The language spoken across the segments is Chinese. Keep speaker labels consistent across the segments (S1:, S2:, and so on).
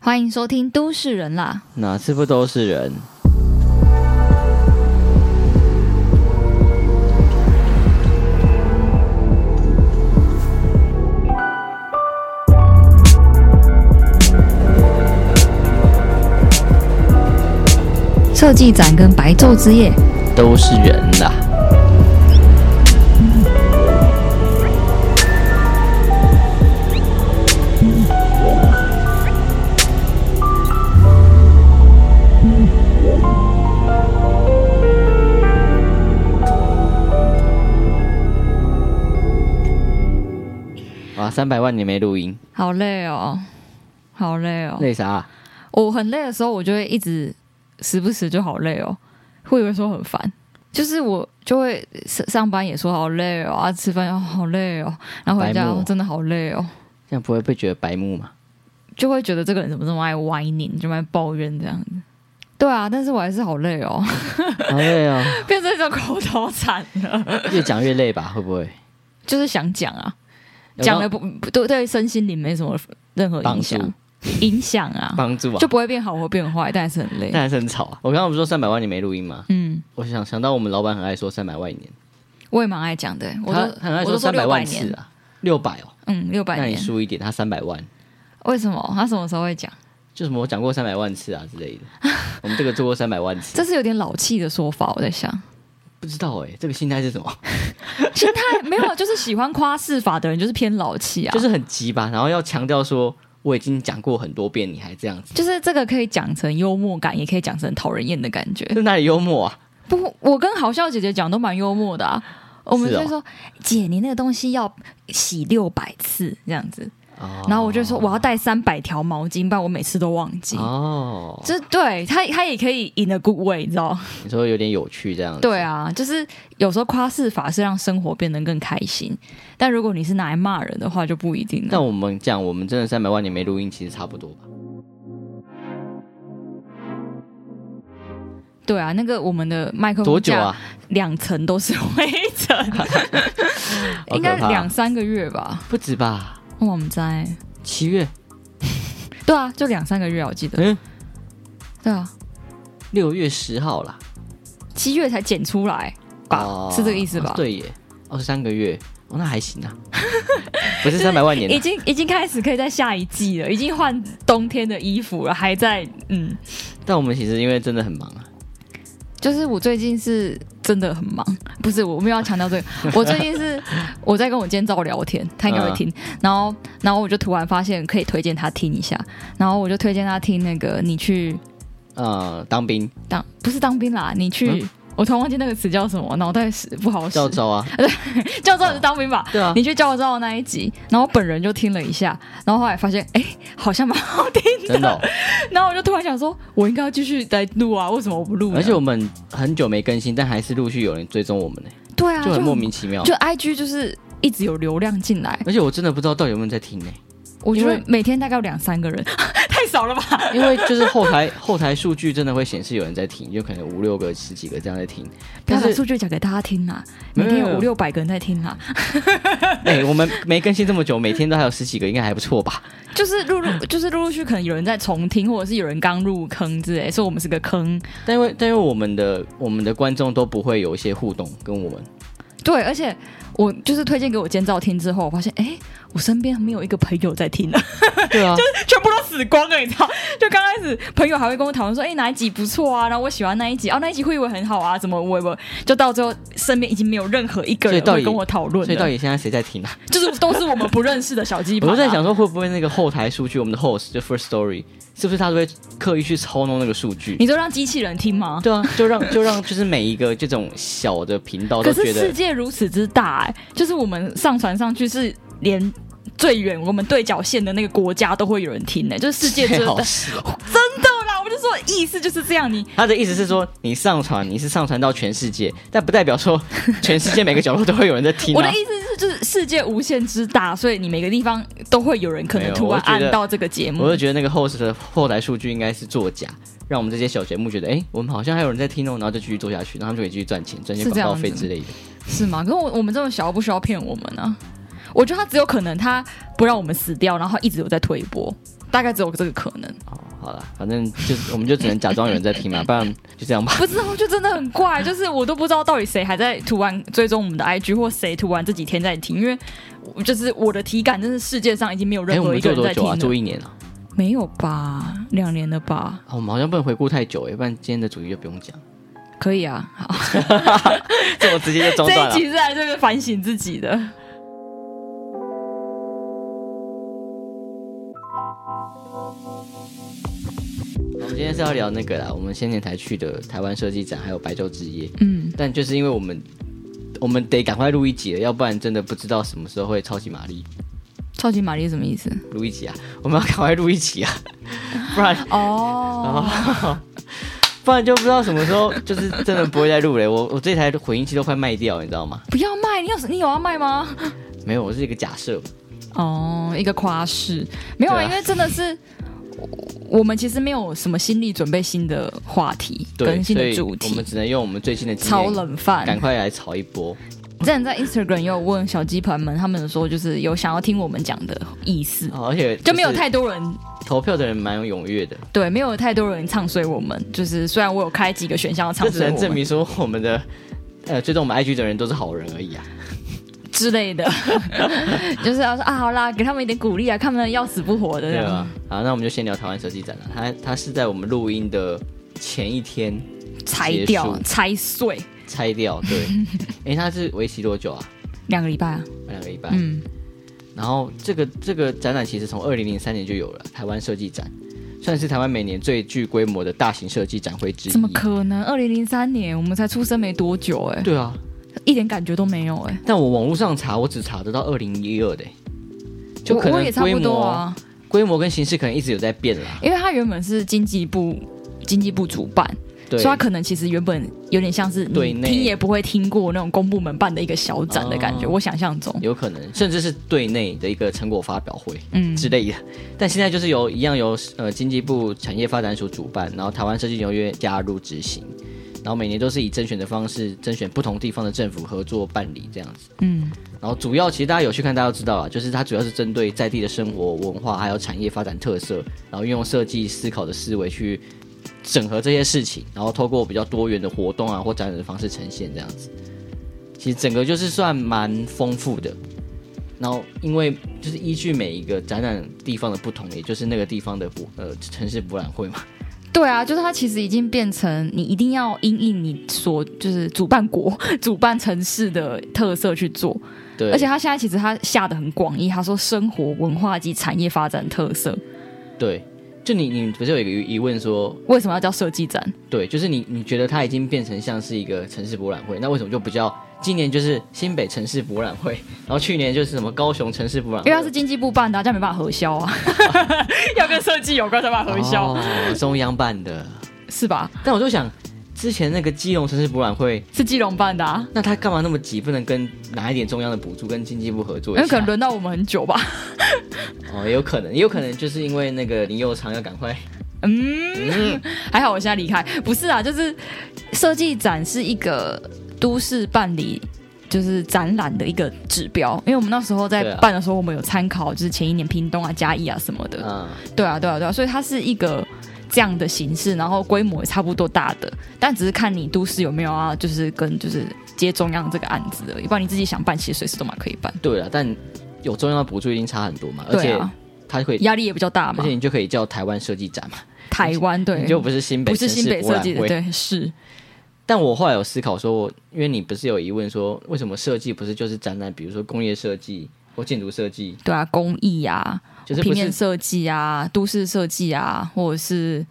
S1: 欢迎收听《都市人》啦！
S2: 哪次不都是人？
S1: 设计展跟白昼之夜，
S2: 都是人啦、哇，三百万你没录音，
S1: 好累哦，好累哦。
S2: 累啥、啊
S1: 我很累的时候，我就会一直时不时就好累哦，会有时候很烦。就是我就会上上班也说好累哦，啊吃饭哦 好累哦，然后回家
S2: 白目
S1: 哦真的好累哦，
S2: 这样不会被觉得白目吗？
S1: 就会觉得这个人怎么这么爱歪你，这么爱抱怨这样子。对啊，但是我还是好累哦，
S2: 好累哦，
S1: 变成一种口头禅了，
S2: 越讲越累吧？会不会？
S1: 就是想讲啊，讲了
S2: 有
S1: 不不对，对身心灵没什么任何影响， 影响啊，
S2: 帮助啊
S1: 就，不会变好或变坏，但还是很累
S2: 但。还是很吵啊。我刚刚不是说三百万你没录音吗？
S1: 嗯，
S2: 我想想到我们老板很爱说三百万一年，
S1: 我也蛮爱讲的、我
S2: 他
S1: 都
S2: 他很爱
S1: 我都说
S2: 三
S1: 六
S2: 百
S1: 百
S2: 万次
S1: 年，
S2: 啊，六百哦，
S1: 嗯，六百
S2: 那你
S1: 年。
S2: 输一点，他三百万，
S1: 为什么？他什么时候会讲？
S2: 就什么我讲过三百万次啊 之类的，我们这个做过三百万次，
S1: 这是有点老气的说法，我在想，
S2: 不知道哎、这个心态是什么？
S1: 心态没有，就是喜欢夸饰法的人就是偏老气啊，
S2: 就是很急吧，然后要强调说我已经讲过很多遍，你还这样子，
S1: 就是这个可以讲成幽默感，也可以讲成讨人厌的感觉。
S2: 这哪里幽默啊？
S1: 不，我跟好笑姐姐讲都蛮幽默的啊。我们
S2: 是
S1: 就
S2: 哦
S1: 会说、姐，你那个东西要洗六百次这样子，
S2: 哦
S1: 然后我就说我要带三百条毛巾，不然我每次都忘记。
S2: 哦，
S1: 就是对他，他也可以 in a good way，你知 道？
S2: 你说有点有趣这样子，
S1: 对啊，就是有时候夸饰法是让生活变得更开心，但如果你是拿来骂人的话，就不一定了
S2: 但。我们讲，我们真的三百万年没录音，其实差不多吧。
S1: 对啊，那个我们的麦克
S2: 多
S1: 风
S2: 久
S1: 架
S2: 啊？
S1: 两层都是灰 尘，应该
S2: 好可怕
S1: 两三个月吧？
S2: 不止吧？
S1: 哇我们在
S2: 七月？
S1: 对啊，就两三个月啊，我记得。
S2: 嗯，
S1: 对啊，
S2: 六月十号啦，
S1: 七月才剪出来吧？
S2: 哦
S1: 是这个意思吧？
S2: 哦，对耶，哦，三个月，哦，那还行 啊，不是三百万年啊、
S1: 已经已经开始可以在下一季了，已经换冬天的衣服了，还在嗯。
S2: 但我们其实因为真的很忙啊，
S1: 就是我最近是真的很忙，不是我没有要强调 这个，我最近是我在跟我监造聊天，他应该会听，
S2: 嗯
S1: 然后然后我就突然发现可以推荐他听一下，然后我就推荐他听那个你去
S2: 呃，当兵
S1: 当不是当兵啦，你去、
S2: 嗯
S1: 我突然忘记那个词叫什么，脑袋是不好使，
S2: 教招啊，
S1: 教招也是当兵吧。
S2: 对啊，
S1: 你去教招的那一集，然后我本人就听了一下，然后后来发现，哎、好像蛮好听的。
S2: 真的哦、
S1: 然后我就突然想说，我应该要继续再录啊，为什么我不录呢？
S2: 而且我们很久没更新，但还是陆续有人追踪我们呢、
S1: 对啊，
S2: 就
S1: 就
S2: 很莫名其妙。
S1: 就 IG 就是一直有流量进来，
S2: 而且我真的不知道到底有没有人在听呢、
S1: 我觉
S2: 因
S1: 得
S2: 为
S1: 每天大概有两三个 人，太少了吧？
S2: 因为就是后台后台数据真的会显示有人在听，就可能五六个、十几个这样在听。
S1: 不
S2: 但
S1: 要把
S2: 是
S1: 啊数据讲给大家听啦，
S2: 没
S1: 每
S2: 有
S1: 天有
S2: 没
S1: 五
S2: 有
S1: 六百个人在听啦，
S2: 哎、我们没更新这么久，每天都还有十几个，应该还不错吧？
S1: 就是陆陆就是陆陆续可能有人在重听，或者是有人刚入坑之类，所以我们是个坑。
S2: 但因为但因为我们的我们的观众都不会有一些互动跟我们，
S1: 对，而且我就是推荐给我监造听之后，我发现哎、诶我身边没有一个朋友在听了，
S2: 对啊，
S1: 全部都死光了，你知道？就刚开始朋友还会跟我讨论说，哎、哪一集不错啊，然后我喜欢那一集，哦、那一集会以为很好啊，怎么我我就到最后身边已经没有任何一个
S2: 所以
S1: 人
S2: 到
S1: 会
S2: 底
S1: 跟我讨论
S2: 所以到
S1: 了，
S2: 底现在谁在听啊？
S1: 就是都是我们不认识的小鸡啊
S2: 我
S1: 巴、
S2: 就在想说，会不会那个后台数据，我们的 host 就 first story，是不是他都会刻意去操弄那个数据？
S1: 你都让机器人听吗？
S2: 对啊，就让就让就是每一个这种小的频道
S1: 可
S2: 都
S1: 是
S2: 觉
S1: 世
S2: 得，
S1: 界如此之大、哎，就是我们上传上去是连最远我们对角线的那个国家都会有人听呢、哎就是世界之
S2: 最
S1: 大。
S2: 好是哦。
S1: 真的啦，我就说意思就是这样，你
S2: 他的意思是说，你上传你是上传到全世界，但不代 表说全世界每个角落都会有人在听、啊。
S1: 我的意思是就是世界无限之大，所以你每个地方都会有人可
S2: 没
S1: 能
S2: 有
S1: 突
S2: 我
S1: 然
S2: 觉得
S1: 按到这个节
S2: 我
S1: 目
S2: 就。觉得那个 host 的后台数据应该是作假，让我们这些小节目觉得，哎、我们好像还有人在听哦，然后就继续做下去，然后他们就可以继续赚钱，赚些
S1: 是这
S2: 广
S1: 样
S2: 告费
S1: 子
S2: 之类的。
S1: 是吗？可是我我们这么小不需要骗我们啊！我觉得他只有可能他不让我们死掉，然后一直有在推波。大概只有这个可能。
S2: 哦，好了，反正就我们就只能假装有人在听嘛，不然就这样吧。
S1: 不知道就真的很怪，就是我都不知道到底谁还在涂完追踪我们的 IG，或谁涂完这几天在听，因为我就是我的体感，真是世界上已经没有
S2: 哎、
S1: 任
S2: 我
S1: 何
S2: 们
S1: 一个
S2: 做
S1: 人在
S2: 多久
S1: 听
S2: 啊？做
S1: 了。
S2: 一年啊？
S1: 没有吧？两年了吧？
S2: 哦我们好像不能回顾太久哎、不然今天的主题就不用 讲，
S1: 可以啊，好，
S2: 这我直接就中
S1: 这
S2: 断
S1: 一
S2: 了
S1: 集。是来这个反省自己的。
S2: 我们今天是要聊那个啦，我们先前才去的台湾设计展，还有白昼之夜。
S1: 嗯，
S2: 但就是因为我们，我们得赶快录一集了，要不然真的不知道什么时候会超级玛丽
S1: 超级玛丽是什么意思？
S2: 录一集啊！我们要赶快录一集啊， 不然
S1: 哦，
S2: 不然就不知道什么时候就是真的不会再录了。我我这台混音器都快卖掉了，你知道吗？
S1: 不要卖，你有你有要卖吗？
S2: 没有，我是一个假设嘛。
S1: 哦，一个夸饰，没有啊，
S2: 对啊
S1: 因为真的是。我我们其实没有什么心力准备新的话题
S2: 对，
S1: 跟新
S2: 所
S1: 的
S2: 以
S1: 主
S2: 我
S1: 题
S2: 们，只能用我们最新的经
S1: 超
S2: 验，
S1: 冷饭。
S2: 赶快来炒一波。
S1: 之前在 Instagram 也有问小鸡盘们，他们说就是有想要听我们讲的意思，
S2: 哦而且
S1: 就没有
S2: 是
S1: 太多人
S2: 投票的人蛮踊跃的，
S1: 对，没有太多人唱衰我们。就是虽然我有开几个选项要唱
S2: 这只
S1: 衰我
S2: 能
S1: 们
S2: 证明说我们的呃，最终我们 IG 的人都是好人而已啊。
S1: 之类 的，就是要说啊，好啦，给他们一点鼓励啊，看他们要死不活的这
S2: 对
S1: 样。
S2: 啊，好，那我们就先聊台湾设计展了。它它是在我们录音的前一天
S1: 拆
S2: 结
S1: 掉、
S2: 束
S1: 拆碎
S2: 拆掉， 对。哎、它是为期多久啊？
S1: 两个礼拜啊。
S2: 两个礼拜。
S1: 嗯，
S2: 然后这个这个展览其实从二零零三年就有了，台湾设计展，算是台湾每年最具规模的大型设计展会之一。
S1: 怎么可能？二零零三年我们才出生没多久、哎，
S2: 对啊，
S1: 一点感觉都没有、哎，
S2: 但我网络上查，我只查得到二零一二的、诶就可
S1: 我我
S2: 能
S1: 也差
S2: 规
S1: 不多
S2: 模、
S1: 啊，
S2: 规模跟形式可能一直有在变啦。
S1: 因为它原本是经济部经济部主办，
S2: 对，
S1: 所以它可能其实原本有点像是
S2: 对
S1: 你
S2: 内
S1: 听也不会听过那种公部门办的一个小展的感觉，
S2: 哦
S1: 我想象中。
S2: 有可能，甚至是对内的一个成果发表会
S1: 嗯，
S2: 之类的。但现在就是由一样由呃经济部产业发展署主办，然后台湾设计纽约加入执行，然后每年都是以甄选的方式甄选不同地方的政府合作办理这样子。
S1: 嗯，
S2: 然后主要其实大家有去看，大家都知道啦，啊就是它主要是针对在地的生活文化还有产业发展特色，然后运用设计思考的思维去整合这些事情，然后透过比较多元的活动啊或展览的方式呈现这样子。其实整个就是算蛮丰富的。然后因为就是依据每一个展览地方的不同，也就是那个地方的博呃城市博览会 嘛，
S1: 对啊，就是它其实已经变成你一定要因应你所就是主办国、 主办城市的特色去做，
S2: 对，
S1: 而且它现在其实它下的很广义，它说生活文化及产业发展特色，
S2: 对，就你你不是有一个疑疑问说，
S1: 为什么要叫设计展？
S2: 对，就是你你觉得它已经变成像是一个城市博览会，那为什么就不叫今年就是新北城市博览会， 然后去年就是什么高雄城市博览
S1: 因
S2: 会？
S1: 为它是经济部办的、啊，这样没办法核销啊， 要跟设计有关才办法核销，
S2: 哦， 中央办的。
S1: 是吧？
S2: 但我就想，之前那个基隆城市博览会，
S1: 是基隆办的、啊，
S2: 那他干嘛那么急？不能跟拿一点中央的补助跟经济部合作
S1: 因
S2: 一下？
S1: 为可能轮到我们很久吧。
S2: 哦，也有可能，也有可能就是因为那个林佑昌要赶快，
S1: 嗯，还好我现在离开。不是啊，就是设计展是一个都市办理。就是展览的一个指标，因为我们那时候在
S2: 对啊
S1: 办的时候，我们有参考，就是前一年屏东啊、嘉义啊什么的，
S2: 嗯，
S1: 对啊，对啊，对啊，所以它是一个这样的形式，然后规模也差不多大的，但只是看你都市有没有啊，就是跟就是接中央这个案子而已，不然你自己想办，其实随时都嘛可以办，
S2: 对了，但有中央的补助一定差很多嘛，而
S1: 对
S2: 且
S1: 啊，
S2: 它可以，
S1: 压力也比较大
S2: 而
S1: 嘛
S2: 且。你就可以叫台湾设计展嘛，
S1: 台湾对
S2: 你，就不是新北
S1: 不是
S2: 城
S1: 新
S2: 市
S1: 北
S2: 博
S1: 设
S2: 览
S1: 计的，
S2: 会。
S1: 对，是
S2: 但我后来有思考说，因为你不是有疑问说，为什么设计不是就是展览，比如说工业设计或建筑设计，
S1: 对啊，工艺啊，
S2: 就是
S1: 平
S2: 不
S1: 面
S2: 是
S1: 设计啊、都市设计啊，或者是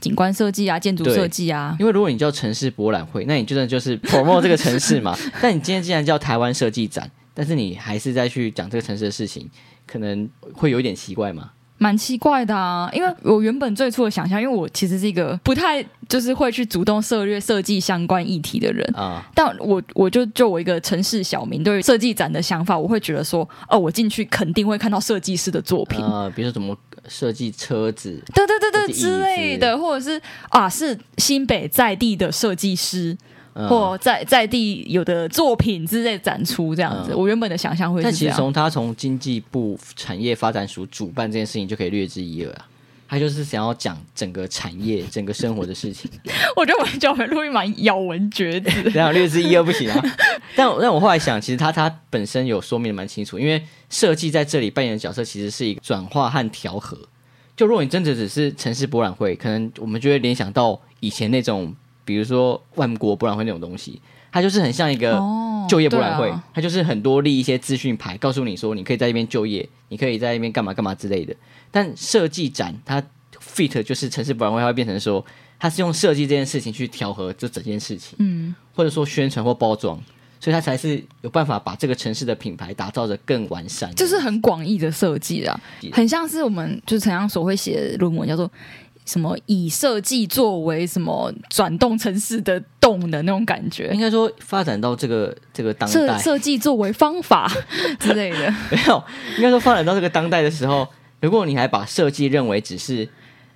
S1: 景观设计啊、建筑
S2: 对
S1: 设计啊。
S2: 因为如果你叫城市博览会，那 你真的就是 promote 这个城市嘛。但你今天既然叫台湾设计展，但是你还是在去讲这个城市的事情，可能会有一点奇怪嘛。
S1: 蛮奇怪的啊，因为我原本最初的想象，因为我其实是一个不太就是会去主动涉略设计相关议题的人，
S2: 啊、
S1: 但我我就就我一个城市小民对于设计展的想法，我会觉得说，哦，我进去肯定会看到设计师的作品，
S2: 呃，比如说怎么设计车子，
S1: 对对对对
S2: 设计椅
S1: 之类的，或者是啊，是新北在地的设计师，
S2: 嗯
S1: 或在在地有的作品之类展出这样子。
S2: 嗯
S1: 我原本的想象会
S2: 但
S1: 是这
S2: 其实
S1: 样，
S2: 从他从经济部产业发展署主办这件事情就可以略知一二啊。他就是想要讲整个产业、整个生活的事情，
S1: 我觉得我们叫我们录音蛮咬文嚼 字的。
S2: 这样略知一二不行啊。但我但我后来想，其实他他本身有说明得蛮清楚，因为设计在这里扮演的角色其实是一个转化和调和。就如果你真的只是城市博览会，可能我们就会联想到以前那种，比如说万国博览会那种东西，它就是很像一个
S1: 哦
S2: 就业博览会，
S1: 对啊
S2: 它就是很多立一些资讯牌，告诉你说你可以在那边就业，你可以在那边干嘛干嘛之类的。但设计展它 fit 就是城市博览会，它会变成说它是用设计这件事情去调和这整件事情，
S1: 嗯，
S2: 或者说宣传或包装，所以它才是有办法把这个城市的品牌打造的更完善。
S1: 就是很广义的设计啊，很像是我们就是陈阳所会写的论文叫做。什么以设计作为什么转动城市的动的那种感觉
S2: 应，该说发展到这个这嗯个当
S1: 设
S2: 代，
S1: 设计作为方法 之类的，
S2: 没有，应该说发展到这个当代的时候，如果你还把设计认为只是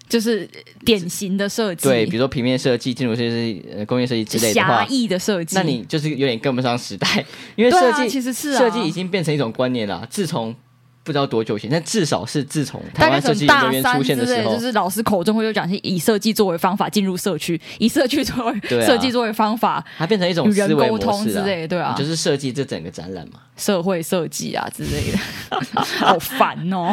S1: 就是典型的设计，
S2: 对，比如说平面设计、建筑设计、呃工业设计之类的
S1: 狭
S2: 话，
S1: 义的设计。
S2: 那你就是有点跟不上时代，因为
S1: 对
S2: 设
S1: 啊
S2: 计、
S1: 其实是啊
S2: 设计已经变成一种观念了。自从不知道多久以前，但至少是自从台
S1: 大概
S2: 湾
S1: 可
S2: 设计
S1: 能
S2: 人
S1: 大
S2: 员
S1: 三
S2: 出
S1: 之
S2: 现的时
S1: 类，
S2: 候
S1: 就，是老师口中会有讲些以设计作为方法进入社区，以设计作为
S2: 对啊
S1: 设计作为方法
S2: 它变成一种
S1: 与
S2: 思
S1: 人
S2: 维
S1: 沟
S2: 模
S1: 通
S2: 式
S1: 之
S2: 啦
S1: 类的，对啊
S2: 你，就是设计这整个展览嘛。
S1: 社会设计啊之类 的，好烦哦。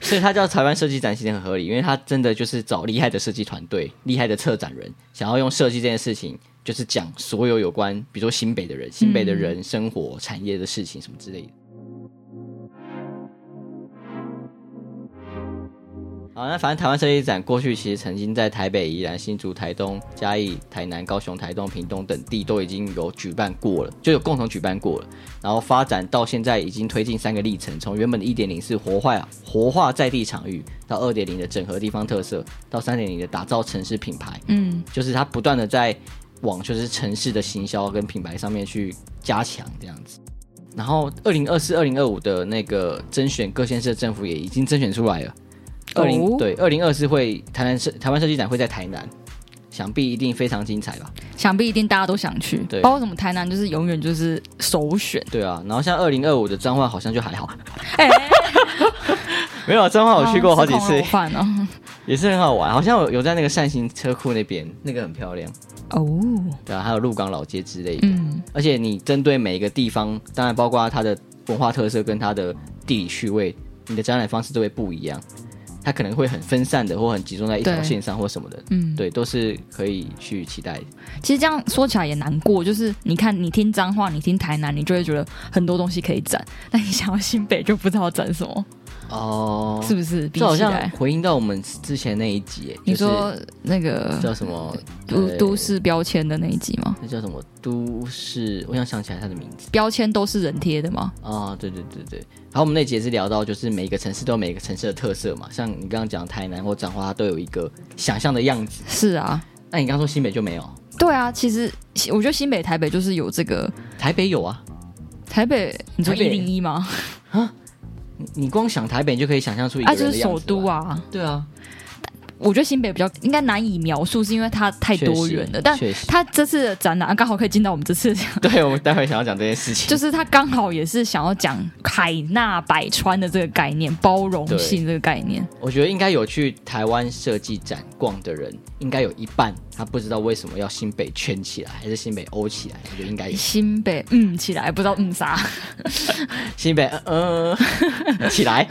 S2: 所以它叫台湾设计展，其实很合理，因为它真的就是找厉害的设计团队、厉害的策展人，想要用设计这件事情，就是讲所有有关，比如说新北的人、新北的人、生活、产业的事情什么之类的。好，那反正台湾设计展过去其实曾经在台北、宜兰、新竹、台东、嘉义、台南、高雄、台东、屏东等地都已经有举办过了，就有共同举办过了。然后发展到现在已经推进三个历程，从原本的一点零是活化活化在地场域，到二点零的整合地方特色，到三点零的打造城市品牌，
S1: 嗯，
S2: 就是它不断的在往就是城市的行销跟品牌上面去加强这样子。然后二零二四、二零二五的那个甄选各县市的政府也已经甄选出来了。二零、
S1: 哦
S2: 对二零二四会台南设台湾设计展会在台南，想必一定非常精彩吧？
S1: 想必一定大家都想去，
S2: 对
S1: 包括什么台南就是永远就是首选。
S2: 对啊，然后像二零二五的彰化好像就还好，
S1: 哎，
S2: 没有啊彰化我去过好几次，
S1: 饭哦。
S2: 也是很好玩，好像有有在那个扇形车库那边，那个很漂亮，
S1: 哦，
S2: 对啊，还有鹿港老街之类的。
S1: 嗯，
S2: 而且你针对每一个地方，当然包括它的文化特色跟它的地理序位，你的展览方式都会不一样。它可能会很分散的，或很集中在一条
S1: 对
S2: 线上，或什么的。
S1: 嗯
S2: 对，都是可以去期待的。
S1: 其实这样说起来也难过，就是你看，你听彰化，你听台南，你就会觉得很多东西可以展，但你想要新北就不知道展什么，
S2: 哦，
S1: 是不是？比
S2: 这好
S1: 起
S2: 像
S1: 来，
S2: 回应到我们之前那一集，就是
S1: 你说那
S2: 叫
S1: 个
S2: 什么？
S1: 都
S2: 呃
S1: 都市标签的那一集吗？
S2: 那叫什么？都市，我想想起来它的名字。
S1: 标签都是人贴的吗？
S2: 啊、对对对对，好，我们那节是聊到，就是每一个城市都有每一个城市的特色嘛，像你刚刚讲台南或彰化，它都有一个想象的样子。
S1: 是啊，
S2: 那你刚刚说新北就没有，
S1: 对啊，其实我觉得新北、台北就是有这个。
S2: 台北有啊，
S1: 台北，你说
S2: 台
S1: 一
S2: 北
S1: 零一吗？
S2: 你你光想台北，你就可以想象出一个
S1: 啊，
S2: 人
S1: 就
S2: 的
S1: 是
S2: 样子
S1: 首都
S2: 吧。
S1: 啊。
S2: 对啊，
S1: 我觉得新北比较应该难以描述，是因为它太
S2: 确
S1: 多
S2: 实
S1: 元了。但
S2: 确实，
S1: 它这次的展览啊刚好可以进到我们这次
S2: 对我们待会想要讲这件事情，
S1: 就是他刚好也是想要讲海纳百川的这个概念，包容性这个概念。
S2: 我觉得应该有去台湾设计展逛的人，应该有一半他不知道为什么要新北圈起来，还是新北欧起来，我觉得应 该有
S1: 新北嗯起来，不知道嗯啥，
S2: 新北嗯、呃、起来。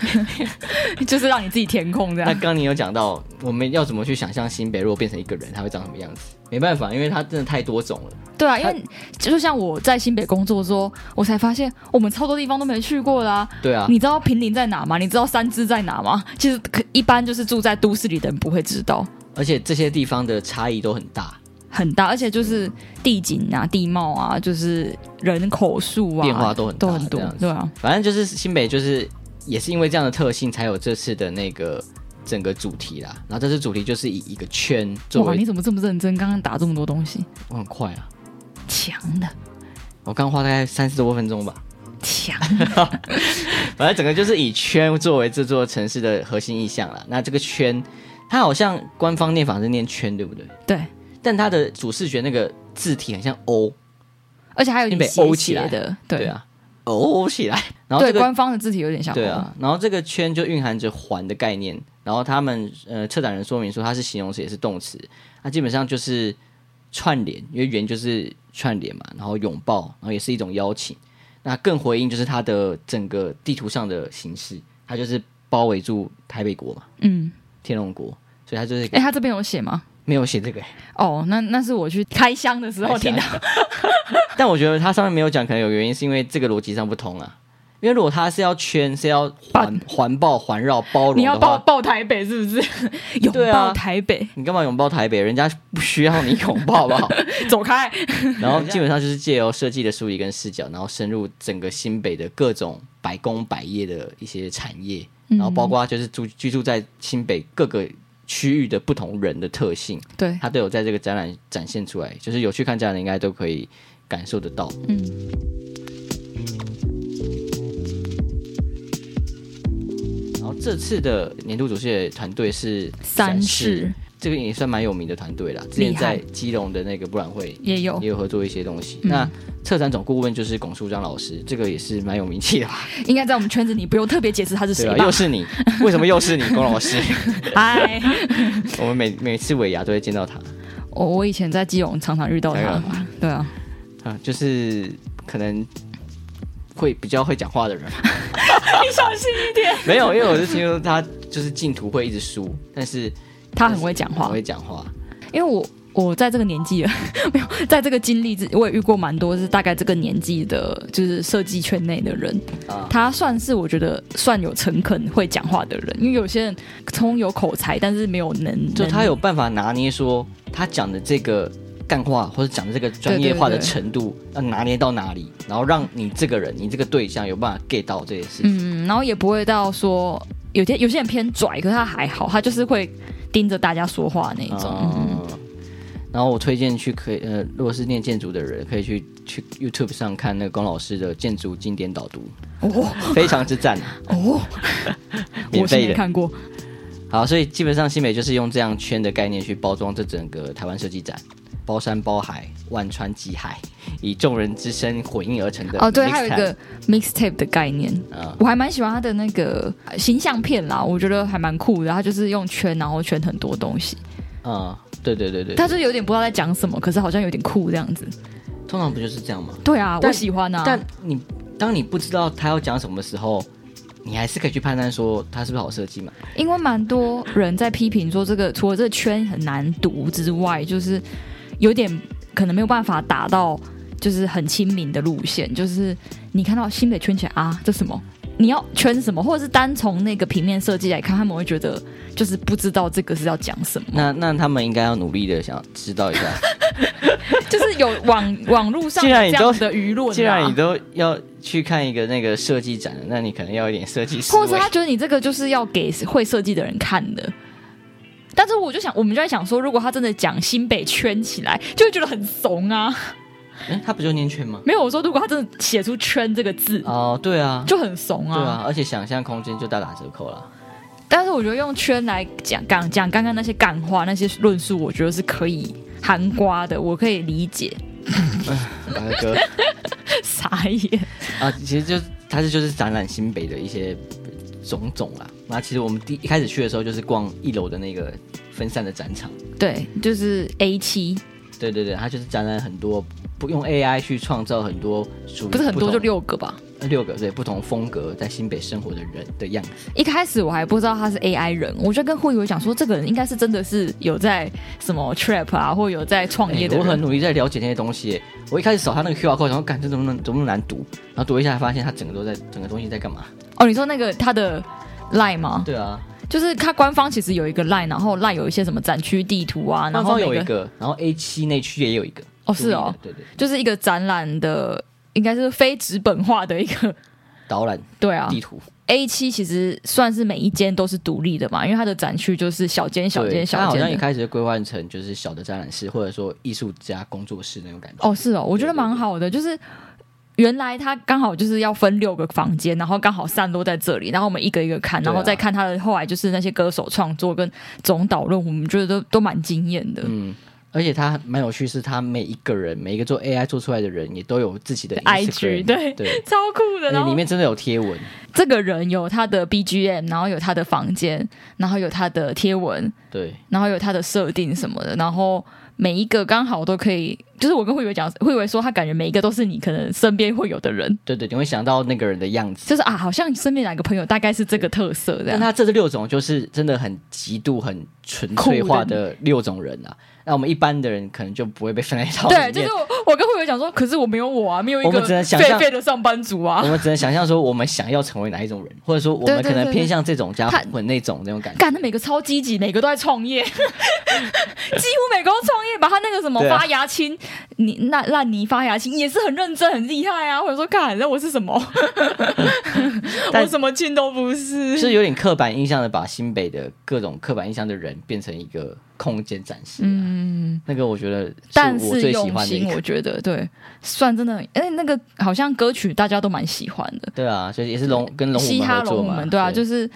S1: 就是让你自己填空这
S2: 那
S1: 样。
S2: 刚刚你有讲到，我们要怎么去想象新北如果变成一个人，他会长什么样子？没办法，因为它真的太多种了。
S1: 对啊，因为就像我在新北工作的时候，我才发现我们超多地方都没去过啦、
S2: 对啊，
S1: 你知道平林在哪吗？你知道三芝在哪吗？其实可一般就是住在都市里的人不会知道，
S2: 而且这些地方的差异都很大，
S1: 很大，而且就是地景啊、地貌啊，就是人口数啊，
S2: 变化都很大
S1: 都很多
S2: 这样子，
S1: 对啊，
S2: 反正就是新北就是也是因为这样的特性，才有这次的那个整个主题啦。然后这次主题就是以一个圈作
S1: 哇，你
S2: 为，
S1: 怎么这么认真？刚刚打这么多东西，
S2: 我很快啊，
S1: 强的。
S2: 我刚花大概三十多分钟吧。
S1: 强，
S2: 反正整个就是以圈作为这座城市的核心意象啦。那这个圈，它好像官方念法是念圈，对不对？
S1: 对，
S2: 但它的主视觉那个字体很像 O，
S1: 而且还有
S2: 你
S1: 点
S2: 被
S1: 斜
S2: 欧起
S1: 斜
S2: 来
S1: 的，对，
S2: 啊，哦起 来，然后
S1: 对
S2: 这个
S1: 官方的字体有点像
S2: 对
S1: 欧
S2: 啊，然后这个圈就蕴含着环的概念，然后他们呃策展人说明说它是形容词也是动词，那基本上就是串联，因为圆就是串联嘛，然后拥抱，然后也是一种邀请，那更回应就是它的整个地图上的形式，它就是包围住台北国嘛，
S1: 嗯，
S2: 天龙国，所以它就是
S1: 哎，他这边有写吗？
S2: 没有写这个、
S1: 哦，那那是我去开箱的时候听到，
S2: 但我觉得它上面没有讲，可能有原因是因为这个逻辑上不通啊。因为如果它是要圈，是要环环抱、环绕、包容的话，
S1: 你要抱抱台北是不是？ 拥
S2: 对啊
S1: 抱台北，
S2: 你干嘛拥抱台北？人家不需要你拥抱，好 不好？
S1: 走开。
S2: 然后基本上就是借由设计的梳理跟视角，然后深入整个新北的各种百工百业的一些产业，然后包括就是住居住在新北各个区域的不同人的特性，
S1: 对，
S2: 它都有在这个展览展现出来。就是有去看展览的应该都可以感受得到。
S1: 嗯，
S2: 然后这次的年度主视觉团队是
S1: 三
S2: 世，
S1: 世
S2: 这个也算蛮有名的团队啦，之前
S1: 厉害哦嗯
S2: 在基隆的那个博览会
S1: 也有
S2: 也，有合作一些东西。那策展总顾问就是龚书章老师，这个也是蛮有名气的吧？
S1: 应该在我们圈子里不用特别解释啊他是
S2: 对
S1: 谁
S2: 吧？
S1: 吧
S2: 又？是你，为什么又是你，龚老师？
S1: 嗨，
S2: 我们每每次尾牙都会见到他，
S1: 我我以前在基隆常常遇到
S2: 哎
S1: 他
S2: 呀，
S1: 对啊，
S2: 啊，就是可能会比较会讲话的人。
S1: 你小心一点，
S2: 没有，因为我是听说他就是进图会一直输，但是
S1: 他很会讲
S2: 很
S1: 话
S2: 会，讲话。
S1: 因为我。我在这个年纪了， 没有在这个经历之，我也遇过蛮多是大概这个年纪的，就是设计圈内的人，
S2: 啊
S1: 他算是我觉得算有诚恳会讲话的人，因为有些人聪有口才，但是没有能，
S2: 就
S1: 能
S2: 他有办法拿捏说他讲的这个干话或者讲的这个专业化的
S1: 对对对
S2: 程度要拿捏到哪里，然后让你这个人、你这个对象有办法 get 到这些事情。
S1: 嗯，然后也不会到说有些有些人偏拽，可是他还好，他就是会盯着大家说话那一种。嗯
S2: 嗯然后我推荐去可以呃，如果是念建筑的人，可以去去 YouTube 上看那个龚老师的建筑经典导读，
S1: 哦
S2: 非常之赞，
S1: 哦，
S2: 免
S1: 我是
S2: 费
S1: 没
S2: 的。
S1: 看过。
S2: 好，所以基本上新美就是用这样圈的概念去包装这整个台湾设计展，包山包海，万川集海，以众人之声混音而成的。
S1: 哦，对，还有一个 mixtape 的概念，
S2: 啊、
S1: 我还蛮喜欢他的那个呃形象片啦，我觉得还蛮酷的。他就是用圈，然后圈很多东西，
S2: 嗯，对对对对，
S1: 他就有点不知道在讲什么，可是好像有点酷这样子。
S2: 通常不就是这样吗？
S1: 对啊，
S2: 但
S1: 我喜欢啊。
S2: 但你当你不知道他要讲什么的时候，你还是可以去判断说他是不是好设计嘛。
S1: 因为蛮多人在批评说，这个除了这个圈很难读之外，就是有点可能没有办法打到就是很亲民的路线。就是你看到新北圈起来啊，这什么？你要圈什么？或者是单从那个平面设计来看，他们会觉得就是不知道这个是要讲什么。
S2: 那那他们应该要努力的想要知道一下。
S1: 就是有网网络上
S2: 既
S1: 有
S2: 然
S1: 这
S2: 你都
S1: 样的舆论、啊，
S2: 既然你都要去看一个那个设计展了，那你可能要有一点设计思
S1: 或者
S2: 维
S1: 他。觉得你这个就是要给会设计的人看的。但是我就想，我们就在想说，如果他真的讲新北圈起来，就会觉得很怂啊。
S2: 诶他不就念圈吗？
S1: 没有，我说如果他真的写出“圈”这个字，
S2: 哦，对啊，
S1: 就很怂
S2: 对
S1: 啊。
S2: 啊，而且想象空间就大打折扣了。
S1: 但是我觉得用“圈”来讲讲讲刚刚那些感话、那些论述，我觉得是可以含瓜的，我可以理解。
S2: 大哥
S1: 傻眼，
S2: 啊，其实就是它这就是展览新北的一些种种啦。那其实我们第一开始去的时候就是逛一楼的那个分散的展场。
S1: 对，就是 A 七，
S2: 对对对，它就是展览很多不用 AI 去创造很多属于
S1: 不是很多，
S2: 同
S1: 就六个吧。
S2: 六个对不同风格在新北生活的人的样子。
S1: 一开始我还不知道他是 AI 人，我就跟慧友讲说，这个人应该是真的是有在什么 trap 啊，或有在创业
S2: 哎
S1: 的
S2: 我
S1: 人。
S2: 很努力在了解那些东西耶。我一开始扫他那个 QR code，然后感这怎么能怎么那么难读，然后读一下发现它整个都在整个东西在干嘛。
S1: 哦，你说那个他的 line 吗？
S2: 对啊，
S1: 就是他官方其实有一个 line，然后 line 有一些什么展区地图啊，然
S2: 然
S1: 后
S2: 后
S1: 每
S2: 有
S1: 个
S2: 一个，然后 A 七那区也有一个。
S1: 哦是哦，
S2: 对对，对
S1: 就是一个展览的，应该是非纸本化的一 个。
S2: 导览
S1: 对啊
S2: 地图。
S1: ，A 七其实算是每一间都是独立的嘛，因为它的展区就是小间小
S2: 对
S1: 间
S2: 它
S1: 小
S2: 好像
S1: 间
S2: 一
S1: 的。
S2: 开始就规划成就是小的展览室，或者说艺术家工作室那种感觉。
S1: 哦，是哦，我觉得蛮好的，就是。原来它刚好就是要分六个房间，然后刚好散落在这里，然后我们一个一个看，
S2: 对啊
S1: 然后再看它的后来就是那些歌手创作跟总导论，我们觉得都都蛮惊艳的。
S2: 嗯，而且他蛮有趣，是他每一个人，每一个做 AI 做出来的人，也都有自己的
S1: IG，
S2: Instagram，
S1: 对
S2: 对，
S1: 超酷的。
S2: 而
S1: 然
S2: 且
S1: 后
S2: 哎里面真的有贴文，
S1: 这个人有他的 BGM，然后有他的房间，然后有他的贴文，
S2: 对，
S1: 然后有他的设定什么的，然后每一个刚好都可以。就是我跟慧伟讲，慧伟说他感觉每一个都是你可能身边会有的人，
S2: 对对，你会想到那个人的样子。
S1: 就是啊，好像身边哪个朋友大概是这个特色这
S2: 但
S1: 样。
S2: 他这六种就是真的很极度、很纯粹化的六种人啊。那我们一般的人可能就不会被分类到里
S1: 对，
S2: 面。
S1: 就是我，我跟慧伟讲说，可是我没有我啊，没有一
S2: 我
S1: 个
S2: 们只能想
S1: 废
S2: 象
S1: 废的上班族啊
S2: 我。们只能想象说，我们想要成为哪一种人，或者说我们
S1: 对对
S2: 可能
S1: 对
S2: 偏
S1: 对
S2: 向这种加
S1: 他
S2: 混那种那种感觉。
S1: 干，他每个超积极，每个都在创 业，几乎每个都创业，把他那个什么
S2: 对啊
S1: 发芽青、泥那烂泥发芽青也是很认真、很厉害啊。或者说，干，那我是什么？
S2: 但
S1: 我什么青都不是。
S2: 是有点刻板印象的，把新北的各种刻板印象的人变成一个空间展示、啊。
S1: 嗯，
S2: 那个我觉得是
S1: 但
S2: 我最
S1: 是
S2: 喜
S1: 用
S2: 欢的一
S1: 心，
S2: 个。
S1: 我觉得对，算真的，哎、那个好像歌曲大家都蛮喜欢的。
S2: 对啊，所以也是龙跟龙
S1: 嘻
S2: 虎门
S1: 哈
S2: 合
S1: 龙
S2: 作
S1: 虎
S2: 嘛
S1: 门，，对啊，就是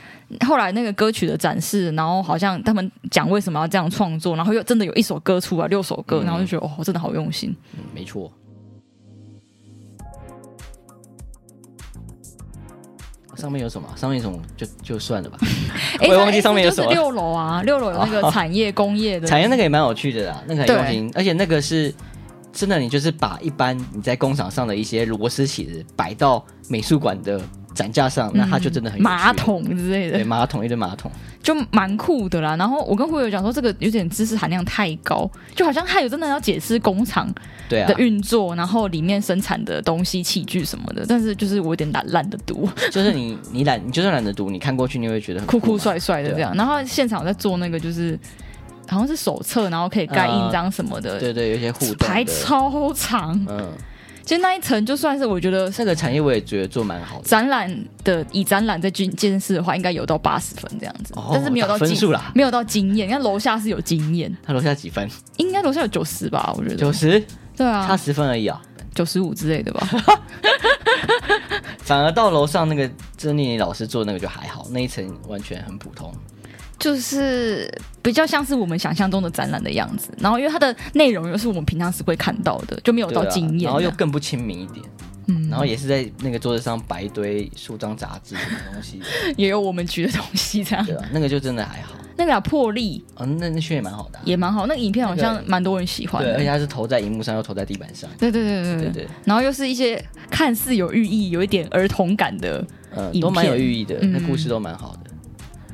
S1: 后来那个歌曲的展示，然后好像他们讲为什么要这样创作，然后又真的有一首歌出来，六首歌，然后就觉得哦，真的好用心。
S2: 嗯没错。上面有什么？上面有什么就就 算了吧。
S1: 哎，
S2: 我也
S1: 它
S2: 忘记上面有什么哦
S1: 就是六楼啊，六楼有那个产业工业的
S2: 产业那个也蛮有趣的啦，那个很用心，而且那个是真的，你就是把一般你在工厂上的一些螺丝起子摆到美术馆的展架上，那它就真的很有
S1: 嗯
S2: 趣
S1: 马，桶之类
S2: 对
S1: 的，
S2: 马桶一堆马桶，
S1: 就蛮酷的啦。然后我跟会友讲说，这个有点知识含量太高，就好像还有真的要解释工厂
S2: 对啊
S1: 的，运作，然后里面生产的东西、器具什么的。但是就是我有点懒懒得 读，
S2: 就是你你懒，你就算懒得读，你看过去你会觉得很啊
S1: 酷酷
S2: 嘛
S1: 帅帅的这样。然后现场在做那个就是好像是手册，然后可以盖印章什么的，
S2: 对啊对，有一些互动的
S1: 排超长。
S2: 嗯，
S1: 其实那一层就算是我觉得
S2: 这个产业我也觉得做蛮好的。
S1: 展览的以展览在这件事的话，应该有到八十分这样子，
S2: 哦
S1: 但是没有到
S2: 打分
S1: 经
S2: 数啦
S1: 没有到经验。人家楼下是有经验，
S2: 他楼下几分？
S1: 应该楼下有九十吧，我觉得
S2: 九十，
S1: 对
S2: 差
S1: 啊，
S2: 十分而已啊。
S1: 九十五之类的吧。
S2: 反而到楼上那个曾丽妮老师做那个就还好，那一层完全很普通。
S1: 就是比较像是我们想象中的展览的样子，然后因为它的内容又是我们平常是会看到的，就没有
S2: 对
S1: 到
S2: 啊
S1: 经验、
S2: 然后又更不亲民一点。
S1: 嗯
S2: 然后也是在那个桌子上摆一堆数张杂志什么东 西，
S1: 也有我们局的东西这样
S2: 对。啊吧、那个就真的还好，
S1: 那个啊破例
S2: 哦，那那圈也蛮好的啊、
S1: 也蛮好，那个影片好
S2: 那
S1: 像
S2: 个
S1: 蛮多人喜欢
S2: 对，
S1: 的
S2: 而且。它是投在荧幕上又投在地板上，
S1: 对对对对
S2: 对
S1: 对
S2: 对，
S1: 然后又是一些看似有寓意、有一点儿童感的，
S2: 嗯、
S1: 影
S2: 都蛮有
S1: 片
S2: 寓意的，
S1: 嗯
S2: 那故事都蛮好的，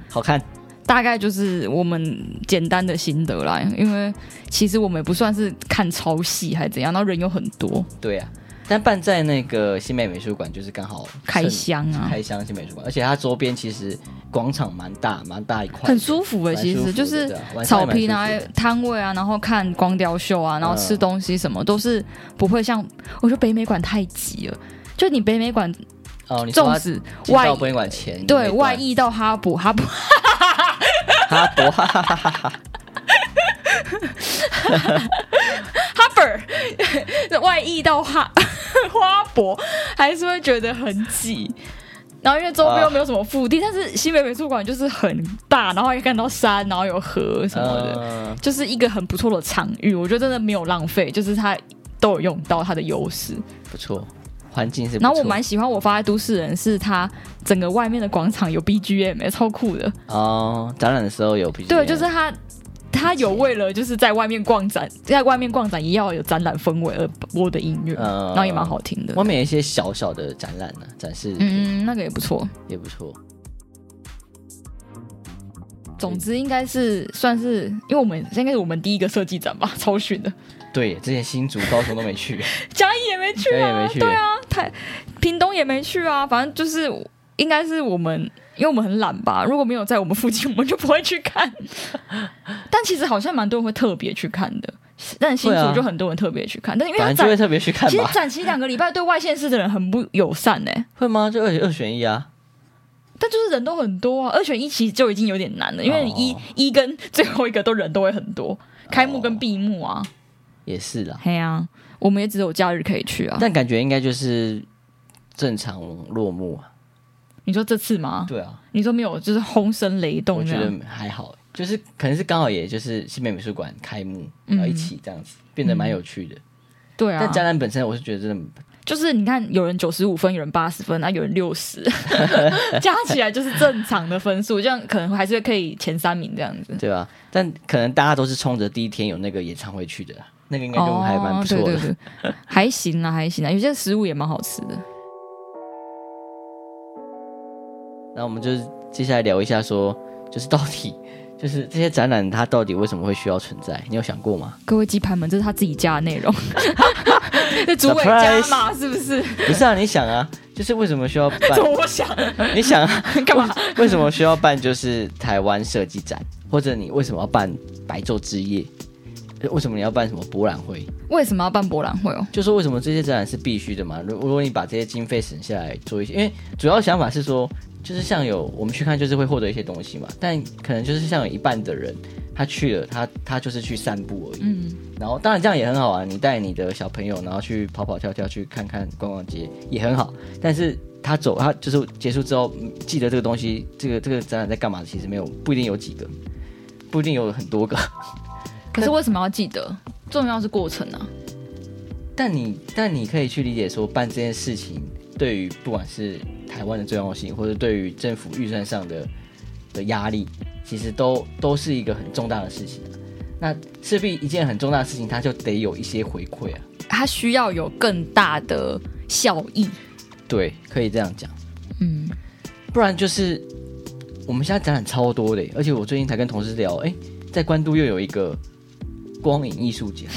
S2: 好看，
S1: 大概就是我们简单的心得啦。因为其实我们也不算是看超戏还是怎样，然后人有很多，
S2: 对啊。但办在那个新美美术馆，就是刚好
S1: 开
S2: 趁
S1: 箱啊，
S2: 开箱新美术馆，而且它周边其实广场蛮大，蛮大一块的，
S1: 很舒服的，
S2: 蛮
S1: 其
S2: 舒服
S1: 实
S2: 的
S1: 就是
S2: 对啊晚
S1: 草
S2: 上也蛮
S1: 坪
S2: 舒
S1: 啊
S2: 服的、
S1: 摊位啊，然后看光雕秀啊，然后
S2: 嗯
S1: 吃东西什么，都是不会像我觉得北美馆太挤了。就你北美馆，
S2: 哦，你说
S1: 纵
S2: 它
S1: 使
S2: 进
S1: 外
S2: 到博物馆前，
S1: 对外，溢到哈勃，哈勃
S2: 它多 哈哈哈
S1: 哈勃外溢到哈花博，还是会觉得很挤。然后因为周边又没有什么腹地，但是西北美术馆就是很大，然后也看到山，然后有河什么的，
S2: 嗯
S1: 就是一个很不错的场域。我觉得真的没有浪费，就是它都有用到它的优势。
S2: 不错，环境是不错。
S1: 然后我蛮喜欢我发在都市人，是它整个外面的广场有 BGM，、欸、超酷的。
S2: 哦，展览的时候有比
S1: 对，就是它。它有为了就是在外面逛展，在外面逛展也要有展览氛围而播的音乐，
S2: 嗯
S1: 然后也蛮好听的
S2: 外。面有一些小小的展览呢、展示品
S1: 嗯，那个也不错。
S2: 也不错。
S1: 总之应该是算是，因为我们应该是我们第一个设计展吧，超逊的。
S2: 对，之前新竹、高雄都 没去，
S1: 嘉义也没去
S2: 嘉义也
S1: 啊，
S2: 没去
S1: 对啊，台屏东也没去啊，反正就是应该是我们，因为我们很懒吧，如果没有在我们附近，我们就不会去 看。但其实好像蛮多人会特别去看的，但新
S2: 会啊
S1: 竹就很多人特别去看，但因为它
S2: 反正就
S1: 展
S2: 会特别去看
S1: 其实
S2: 吧？
S1: 展期两个礼拜，对外县市的人很不友善哎、
S2: 会吗？就二二选一啊，
S1: 但就是人都很多啊，二选一其实就已经有点难了，因为你一、
S2: 哦
S1: 一跟最后一个都人都会很多，开幕跟闭幕啊，
S2: 哦也是啦。
S1: 嘿啊，我们也只有假日可以去啊。
S2: 但感觉应该就是正常落幕啊。
S1: 你说这次吗？
S2: 对啊，
S1: 你说没有，就是轰声雷
S2: 我
S1: 动这
S2: 觉
S1: 样。
S2: 得还好、就是可能是刚好也就是新北美术馆开幕，然后一起这样子，变得蛮有趣的。
S1: 嗯对啊
S2: 但，展览本身，我是觉得真的
S1: 就是你看，有人九十五分，有人八十分，啊，有人六 十，加起来就是正常的分数，这样可能还是可以前三名这样子。
S2: 对吧？但可能大家都是冲着第一天有那个演唱会去的啦，那个应该就还蛮不错的。
S1: 哦、对对对，还行啊啦，还行啦，有些食物也蛮好吃的。
S2: 那我们就是接下来聊一下说，就是到底就是这些展览它到底为什么会需要存在？你有想 过吗？
S1: 各位鸡排们，这是他自己加的内 容，这主委加码是不是？
S2: 不是啊，你想啊，就是为什么需要办
S1: 这？我想
S2: 你想啊，
S1: 干嘛？
S2: 为什么需要办就是台湾设计展，或者你为什么要办白昼之夜？为什么你要办什么博览会？
S1: 为什么要办博览会哦？
S2: 就说为什么这些展览是必须的嘛？如如果你把这些经费省下来做一些，因为主要想法是说，就是像有我们去看，就是会获得一些东西嘛，但可能就是像有一半的人他去了，他他就是去散步而已。
S1: 嗯，
S2: 然后当然这样也很好啊，你带你的小朋友，然后去跑跑跳跳，去看看逛逛街也很好。但是他走，他就是结束之后，嗯记得这个东西，这个这个展览在干嘛，其实没有不一定有几个，不一定有很多个。
S1: 可是为什么要记得？重要是过程啊。
S2: 但你但你可以去理解说，办这件事情对于不管是台湾的重要性，或者对于政府预算上的的压力，其实都都是一个很重大的事情、啊。那势必一件很重大的事情，它就得有一些回馈啊。
S1: 它需要有更大的效益。
S2: 对，可以这样讲。
S1: 嗯，
S2: 不然就是我们现在展览超多的耶，而且我最近才跟同事聊，哎，在关渡又有一个光影艺术节，啊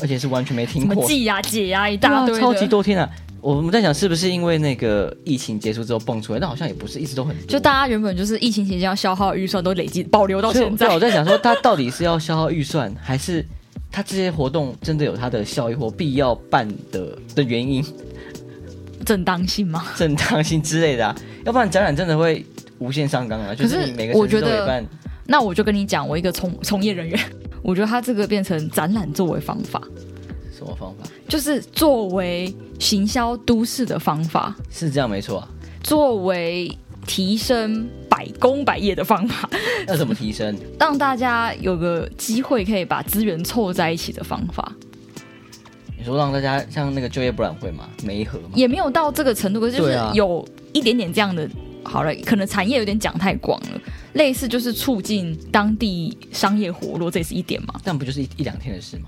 S2: 而且是完全没听
S1: 什么
S2: 过，
S1: 记呀、解呀、一大堆
S2: 对
S1: 的，
S2: 啊超级多天啊！我们在想是不是因为那个疫情结束之后蹦出来，但好像也不是一直都很多
S1: 就大家原本就是疫情期间要消耗的预算都累积保留到
S2: 所以我
S1: 现 在
S2: 对，我，在想说，他到底是要消耗预算，还是他这些活动真的有它的效益或必要办的的原因、
S1: 正当性吗？
S2: 正当性之类的啊？要不然展览真的会无限上纲啊！就
S1: 可
S2: 是
S1: 是
S2: 你每个
S1: 我
S2: 城市
S1: 觉
S2: 都
S1: 得
S2: 得办。
S1: 那我就跟你讲，我一个从从业人员，我觉得他这个变成展览作为方法，
S2: 什么方法？
S1: 就是作为行销都市的方法，
S2: 是这样没错啊。
S1: 作为提升百工百业的方法，
S2: 要怎么提升？
S1: 让大家有个机会可以把资源凑在一起的方法。
S2: 你说让大家像那个就业博览会嘛，媒合嘛，
S1: 也没有到这个程度，可是就
S2: 对
S1: 是
S2: 啊
S1: 有一点点这样的。好了，可能产业有点讲太广了，类似就是促进当地商业活络，这也是一点嘛。
S2: 但不就是一一两天的事嘛？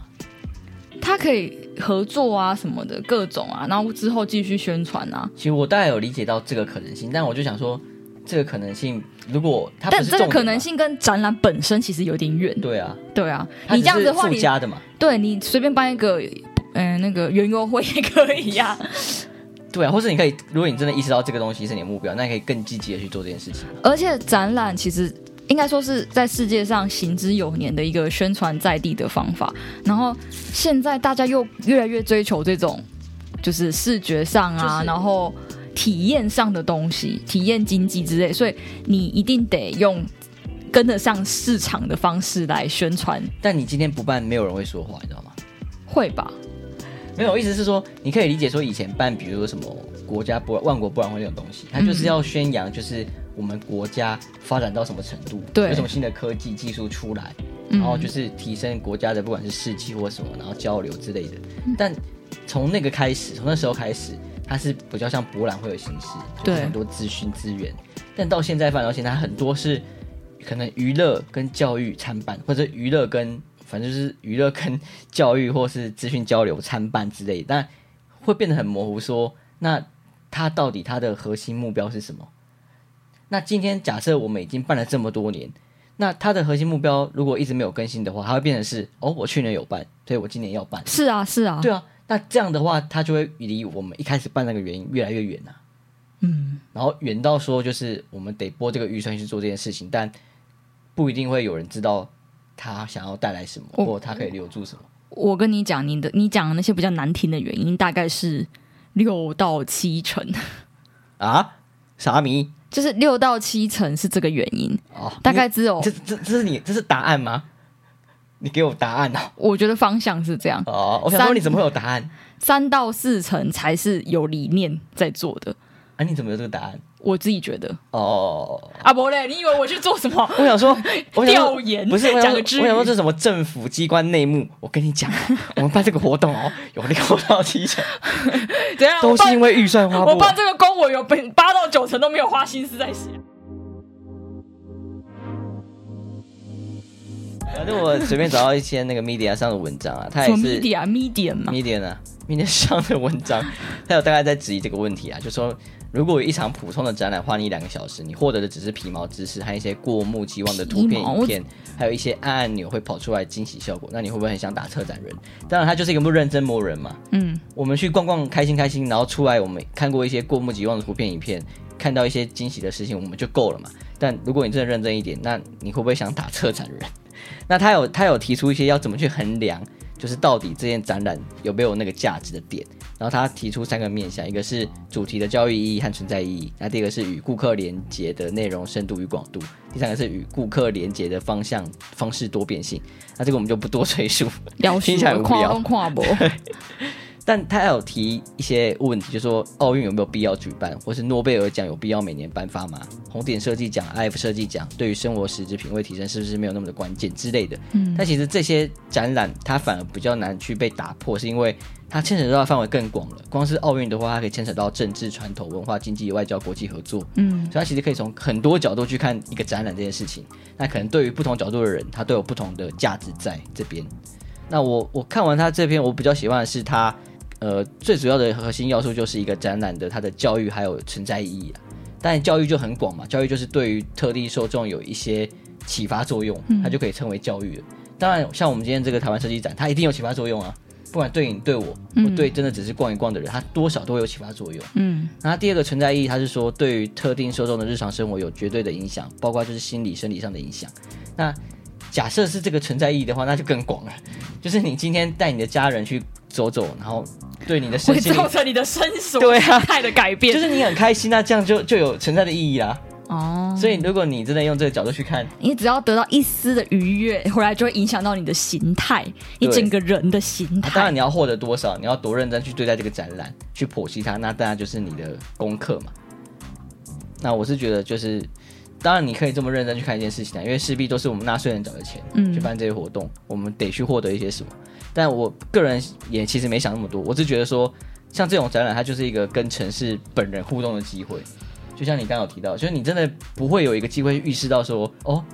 S1: 它可以合作啊什么的各种啊，然后之后继续宣传啊。
S2: 其实我大概有理解到这个可能性，但我就想说，这个可能性如果它不
S1: 但
S2: 是
S1: 这个
S2: 重点嘛啊
S1: 可能，性跟展览本身其实有点远，
S2: 对啊，
S1: 对啊。
S2: 它
S1: 你这样子
S2: 只
S1: 的
S2: 是
S1: 话，
S2: 附
S1: 你
S2: 加的嘛，
S1: 对你随便办一个，嗯、那个园游会也可以啊呀、
S2: 对啊，或是你可以，如果你真的意识到这个东西是你的目标，那你可以更积极的去做这件事情。
S1: 而且展览其实应该说是在世界上行之有年的一个宣传在地的方法。然后现在大家又越来越追求这种，就是视觉上啊，
S2: 就是
S1: 然后体验上的东西，体验经济之类，所以你一定得用。跟得上市场的方式来宣传，
S2: 但你今天不办，没有人会说话，你知道吗？
S1: 会吧？
S2: 没有，我意思是说，你可以理解说以前办，比如说什么国家博万国博览会那种东西，它
S1: 嗯
S2: 就是要宣扬，就是我们国家发展到什么程度，
S1: 对嗯
S2: 有什么新的科技技术出来，然后就是提升国家的不管是士气或什么，然后交流之类的。
S1: 嗯
S2: 但从那个开始，从那时候开始，它是比较像博览会的形式，就是
S1: 对
S2: 很多资讯资源。但到现在，反而现在很多是可能娱乐跟教育参半，或者娱乐跟反正就是娱乐跟教育或是资讯交流参半之类的，但会变得很模糊说那它到底它的核心目标是什么？那今天假设我们已经办了这么多年，那它的核心目标如果一直没有更新的话，它会变成是哦，我去年有办，所以我今年要办。
S1: 是啊，是啊，
S2: 对啊，那这样的话，它就会离我们一开始办那个原因越来越远啊。
S1: 嗯，
S2: 然后远到说就是我们得拨这个预算去做这件事情，但不一定会有人知道他想要带来什么，
S1: 我
S2: 或他可以留住什么。
S1: 我跟你讲，你的你讲的那些比较难听的原因，大概是六到七成，
S2: 啊，啥迷
S1: 就是六到七成是这个原因，
S2: 哦，
S1: 大概只有
S2: 你这这这是你这是答案吗？你给我答案哦！
S1: 我觉得方向是这样，
S2: 哦，我想说
S1: 三
S2: 你怎么会有答案？
S1: 三到四成才是有理念在做的，
S2: 哎、你怎么有这个答案？
S1: 我自己觉得
S2: 哦，
S1: 啊，不嘞，你以为我去做什 么？
S2: 我想说，我想说
S1: 调研
S2: 不是，我想
S1: 讲
S2: 说
S1: 个知
S2: 我想说
S1: 名
S2: 这是什么政府机关内幕？我跟你讲啊，我们办这个活动哦，有六到 七成
S1: 等一下
S2: 都
S1: 我
S2: 是
S1: 办
S2: 因为预算花
S1: 我
S2: 不
S1: 办
S2: 完。
S1: 这个工，我有本八到九成都没有花心思在写。
S2: 反正我随便找到一些那个 media 上的文章啊，它
S1: 什
S2: 也
S1: 么
S2: 是
S1: media，media 嘛，
S2: media 呢 media 上的文章，它有大概在质疑这个问题啊，就说如果有一场普通的展览花你两个小时，你获得的只是皮毛知识和一些过目即忘的图片、
S1: 皮毛
S2: 影片，还有一些按按钮会跑出来惊喜效果，那你会不会很想打策展人？当然，他就是一个不认真磨人嘛。
S1: 嗯，
S2: 我们去逛逛，开心开心，然后出来，我们看过一些过目即忘的图片、影片，看到一些惊喜的事情，我们就够了嘛。但如果你真的认真一点，那你会不会想打策展人？ 那他有他有提出一些要怎么去衡量，就是到底这件展览有没有那个价值的点。然后他提出三个面向，一个是主题的教育意义和存在意义，那第二个是与顾客连接的内容深度与广度，第三个是与顾客连接的方向方式多变性。那这个我们就不多赘述，
S1: 聊
S2: 听起来很无
S1: 跨
S2: 聊
S1: 东。跨博，
S2: 但他还有提一些问题，就说奥运有没有必要举办，或是诺贝尔奖有必要每年颁发吗？红点设计奖、IF 设计奖对于生活实质品味提升是不是没有那么的关键之类的？嗯，但其实这些展览它反而比较难去被打破，是因为它牵扯到的范围更广了。光是奥运的话，它可以牵扯到政治、传统、文化、经济、外交、国际合作，
S1: 嗯，
S2: 所以它其实可以从很多角度去看一个展览这件事情。那可能对于不同角度的人，他都有不同的价值在这边。那我我看完他这篇，我比较喜欢的是他，呃，最主要的核心要素就是一个展览的它的教育还有存在意义啊。但教育就很广嘛，教育就是对于特定受众有一些启发作用，它就可以称为教育了。当然，像我们今天这个台湾设计展，它一定有启发作用啊，不管对你对我，或对真的只是逛一逛的人，它多少都会有启发作用。
S1: 嗯，
S2: 那第二个存在意义，它是说对于特定受众的日常生活有绝对的影响，包括就是心理、生理上的影响。那假设是这个存在意义的话，那就更广了，就是你今天带你的家人去走走，然后对你的身
S1: 会
S2: 心灵
S1: 造成你的生死
S2: 对啊
S1: 心态的改变。
S2: 就是你很开心，那这样就就有存在的意义啦。
S1: 哦，
S2: 所以如果你真的用这个角度去看，
S1: 你只要得到一丝的愉悦，回来就会影响到你的形态，你
S2: 对啊
S1: 整个人的形
S2: 当
S1: 态
S2: 然。你要获得多少，你要多认真去对待这个展览，去剖析它，那当然就是你的功课嘛。那我是觉得就是，当然你可以这么认真去看一件事情啊，因为势必都是我们纳税人缴的钱，
S1: 嗯
S2: 去办这些活动，我们得去获得一些什么。但我个人也其实没想那么多，我只觉得说，像这种展览，它就是一个跟城市本人互动的机会。就像你刚刚有提到，就是你真的不会有一个机会意识到说，哦，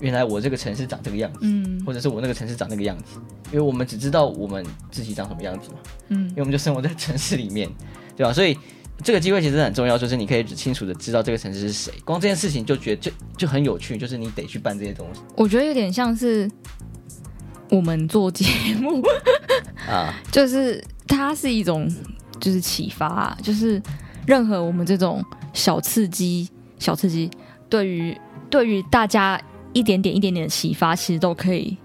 S2: 原来我这个城市长这个样子，
S1: 嗯
S2: 或者是我那个城市长那个样子，因为我们只知道我们自己长什么样子嘛，
S1: 嗯
S2: 因为我们就生活在城市里面，对吧？所以这个机会其实很重要，就是你可以只清楚的知道这个城市是谁，光这件事情就觉得就就很有趣，就是你得去办这些东西
S1: 我觉得有点像是我们做节目，
S2: 啊，
S1: 就是它是一种就是启发、就是任何我们这种小刺激、小刺激，对于对于大家一点点一点点的启发，其实都可以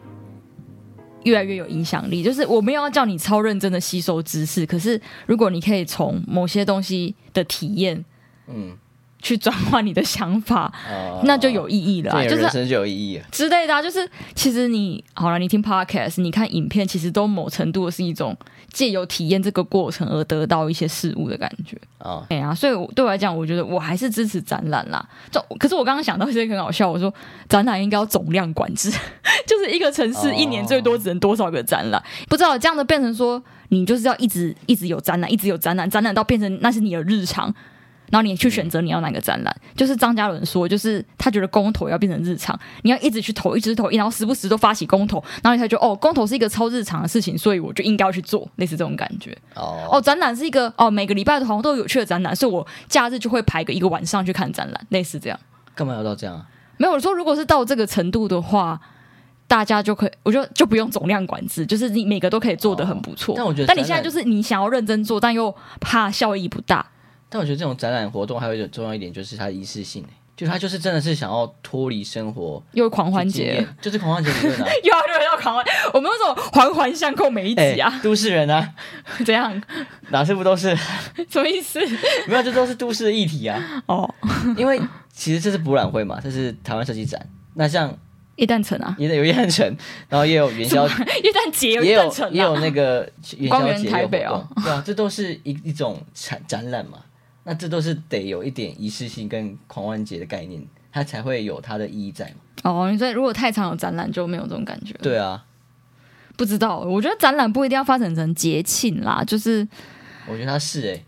S1: 越来越有影响力。就是我没有要叫你超认真的吸收知识，可是如果你可以从某些东西的体验
S2: 嗯
S1: 去转换你的想法，
S2: 啊，
S1: 那就有意义了啊、
S2: 这你
S1: 就
S2: 的
S1: 是
S2: 人生就有意义了，
S1: 之类的、啊，就是其实你好了，你听 podcast，你看影片，其实都某程度是一种借由体验这个过程而得到一些事物的感觉。
S2: 啊，
S1: 哎呀、所以我对我来讲，我觉得我还是支持展览啦。就可是我刚刚想到一件很好笑，我说展览应该要总量管制， 就是一个城市
S2: 哦
S1: 一年最多只能多少个展览，不知道这样的变成说你就是要一直一直有展览，一直有展览，展览到变成那是你的日常。然后你去选择你要哪个展览，就是张嘉伦说，就是他觉得公投要变成日常，你要一直去投，一直投，然后时不时都发起公投，然后你才觉得哦，公投是一个超日常的事情，所以我就应该要去做，类似这种感觉。哦，
S2: 哦，
S1: 展览是一个哦，每个礼拜好像都有有趣的展览，所以我假日就会排个一个晚上去看展览，类似这样。
S2: 干嘛要到这样啊？
S1: 没有我说，如果是到这个程度的话，大家就可以，我觉得就不用总量管制，就是你每个都可以做得很不错。
S2: 哦但我觉得
S1: 但你
S2: 展
S1: 现在
S2: 览
S1: 就是你想要认真做，但又怕效益不大。
S2: 但我觉得这种展览活动还有一种重要一点，就是它的仪式性、欸，就它就是真的是想要脱离生活
S1: 又有狂
S2: 去
S1: 欢
S2: 经
S1: 节
S2: 验，，就是狂欢节理论啊。
S1: 又要又要狂欢，我们为什么环环相扣每一
S2: 哎、
S1: 集啊？
S2: 都市人啊，
S1: 怎样？
S2: 哪是不都是？
S1: 什么意思？
S2: 没有，这都是都市的议题啊。
S1: 哦，
S2: 因为其实这是博览会嘛，这是台湾设计展。那像
S1: 一旦城啊，
S2: 也得有夜汉城，然后也有元宵，
S1: 一旦节有一
S2: 也
S1: 旦
S2: 有
S1: 城
S2: 也
S1: 啊
S2: 有，那个元
S1: 光
S2: 宵
S1: 源
S2: 节
S1: 台北哦
S2: 有活动，对啊，这都是一一种展展览嘛。那这都是得有一点仪式性跟狂欢节的概念，它才会有它的意义在嘛。
S1: 哦，你说如果太常有展览就没有这种感觉。
S2: 对啊，
S1: 不知道，我觉得展览不一定要发展成节庆啦，就是
S2: 我觉得它是诶、欸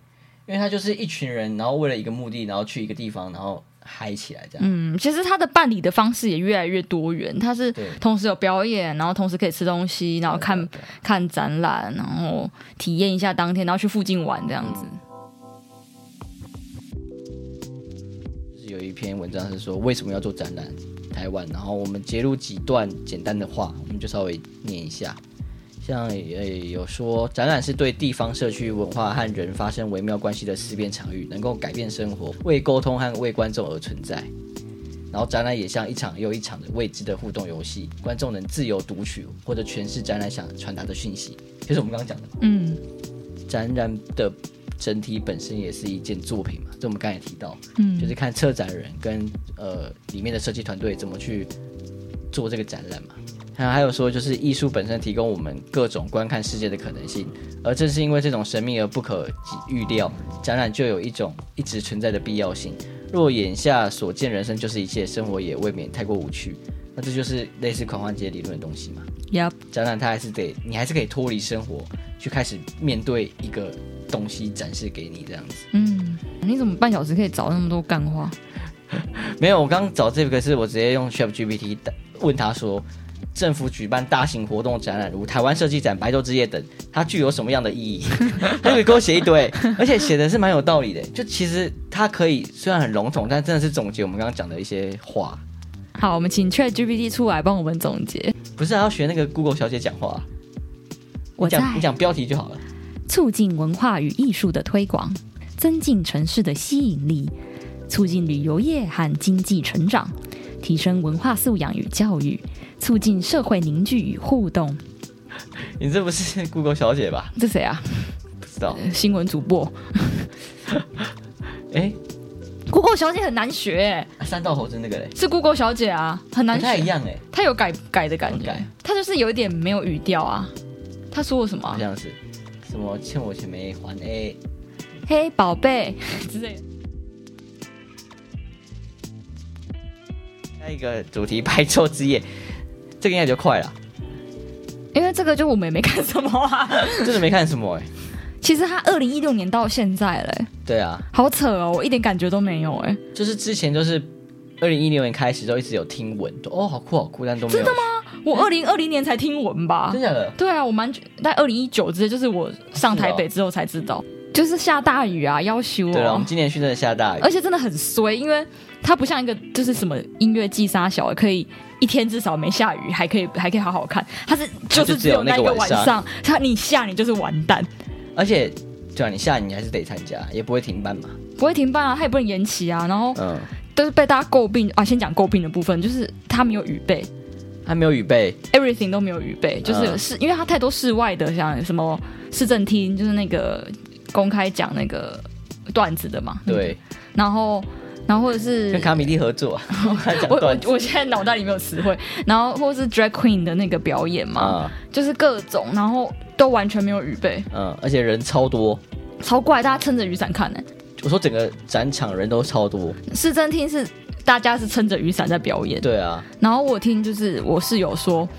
S2: 因为它就是一群人，然后为了一个目的，然后去一个地方，然后嗨起来这样。
S1: 嗯，其实它的办理的方式也越来越多元，它是
S2: 对
S1: 同时有表演，然后同时可以吃东西，然后看
S2: 对啊
S1: 看展览，然后体验一下当天，然后去附近玩这样子。
S2: 就是有一篇文章是说为什么要做展览台湾，然后我们截录几段简单的话，我们就稍微念一下。像呃有说，展览是对地方社区文化和人发生微妙关系的思辨场域，能够改变生活，为沟通和为观众而存在。然后展览也像一场又一场的未知的互动游戏，观众能自由读取或者诠释展览想传达的讯息，就是我们刚刚讲的。
S1: 嗯，
S2: 展览的整体本身也是一件作品嘛，这我们刚才也提到，
S1: 嗯
S2: 就是看策展人跟呃里面的设计团队怎么去做这个展览嘛。还有还有说，就是艺术本身提供我们各种观看世界的可能性，而正是因为这种神秘而不可预料，展览就有一种一直存在的必要性。若眼下所见人生就是一切，生活也未免太过无趣。那这就是类似狂欢节理论的东西嘛。
S1: 也
S2: 展览它还是得，你还是可以脱离生活，去开始面对一个东西展示给你这样子。
S1: 嗯，你怎么半小时可以找那么多干话？
S2: 没有，我刚刚找这个是我直接用 Chat GPT 问他说，政府举办大型活动展览，如台湾设计展、白昼之夜等，它具有什么样的意义？ 他就给我写一堆，而且写的是蛮有道理的。就其实它可以虽然很笼统，但真的是总结我们刚刚讲的一些话。
S1: 好，我们请 Chat GPT 出来帮我们总结。
S2: 不是还要学那个 Google 小姐讲话、啊
S1: 我
S2: 你
S1: 在
S2: 讲你讲标题就好了。
S1: 促进文化与艺术的推广，增进城市的吸引力，促进旅游业和经济成长，提升文化素养与教育，促进社会凝聚与互动。
S2: 你这不是 Google 小姐吧？
S1: 这谁啊？
S2: 不知道。
S1: 呃新闻主播
S2: 哎、
S1: ，Google 小姐很难学、欸，
S2: 啊三道猴子那个嘞，
S1: 是 Google 小姐啊，很难
S2: 不太一
S1: 学。
S2: 样哎、
S1: 她有改改的感
S2: 怎
S1: 觉
S2: 么改，
S1: 她就是有一点没有语调啊。她说我什么啊
S2: 好？像是什么欠我钱没还哎，
S1: 嘿，宝贝之类的。
S2: 下一个主题白昼之夜，这个应该就快 了，
S1: 因为这个就我们也没干什么啊。
S2: 真的没看什么哎、
S1: 其实她二零一六年到现在了欸、
S2: 对啊，
S1: 好扯哦，我一点感觉都没有哎、
S2: 就是之前就是二零一六年开始就一直有听闻，哦好酷好酷，但都没有真的吗？
S1: 我二零二零年才听闻吧
S2: 真？假的？
S1: 对啊，我蛮在二零一九之类，就是我上台北之后才知道，就是下大雨啊，要修
S2: 对了，我
S1: 哦
S2: 们，今年去真的下大雨，
S1: 而且真的很衰，因为它不像一个就是什么音乐季沙小，可以一天至少没下雨，还可以还可以好好看，它是
S2: 就
S1: 就是
S2: 只有
S1: 那
S2: 那个
S1: 个
S2: 晚
S1: 晚
S2: 上
S1: 上，它你下你就是完蛋，
S2: 而且对啊，你下雨你还是得参加，也不会停办嘛，
S1: 不会停办啊，它也不能延期啊，然后
S2: 嗯，
S1: 都是被大家诟病啊，先讲诟病的部分，就是它没有预备，
S2: 还没有雨备，
S1: everything 都没有预备，就是有
S2: 嗯
S1: 市，因为它太多室外的，像什么市政厅，就是那个公开讲那个段子的嘛。
S2: 对，
S1: 然后，然后或者是
S2: 跟卡米蒂合 作，他讲
S1: 我
S2: 段
S1: 我我现在脑袋里没有词汇，然后或者是 drag queen 的那个表演嘛，
S2: 啊
S1: 就是各种，然后都完全没有预备，
S2: 嗯，而且人超多，
S1: 超怪，大家撑着雨伞看呢、欸
S2: 我说整个展场人都超多，
S1: 市政厅是大家是撑着雨伞在表演，
S2: 对啊，
S1: 然后我听就是我室友说，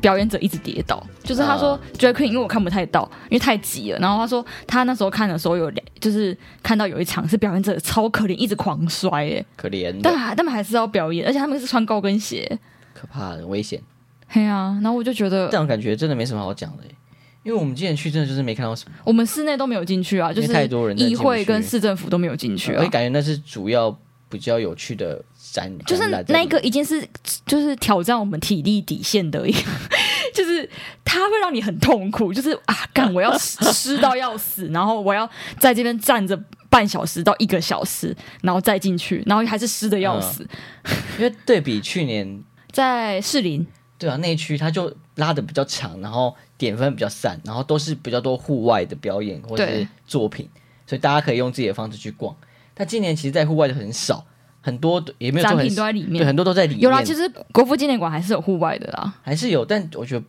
S1: 表演者一直跌倒，就是他
S2: 啊
S1: 说 drag queen，因为我看不太到，因为太挤了。然后他说他那时候看的时候有两，就是看到有一场是表演者超可怜，一直狂摔耶、
S2: 可怜的
S1: 但，还他们还是要表演，而且他们是穿高跟鞋。
S2: 可怕的，很危险。
S1: 嘿啊，然后我就觉得
S2: 这样感觉真的没什么好讲的欸，因为我们之前去真的就是没看到什么，
S1: 我们室内都没有进去啊，就
S2: 因
S1: 是
S2: 为太多人真的
S1: 议
S2: 进不去呃
S1: 会跟市政府都没有进去
S2: 我
S1: 啊
S2: 也。感觉那是主要比较有趣的展，
S1: 就是
S2: 展览在
S1: 那
S2: 里
S1: 个已经是就是挑战我们体力底线的一个， 就是它会让你很痛苦，就是啊，干我要湿到要死，然后我要在这边站着半小时到一个小时，然后再进去，然后还是湿的要死，
S2: 嗯因为对比去年，
S1: 在士林，
S2: 对啊，那一区它就拉的比较长，然后点分比较散，然后都是比较多户外的表演或者
S1: 对
S2: 是作品，所以大家可以用自己的方式去逛。但今年其实，在户外的很少，很多也没有
S1: 展
S2: 说很
S1: 品都在里面
S2: 对，很多都在里面，
S1: 有啦，其实国父纪念馆还是有户外的啦，
S2: 还是有，但我觉得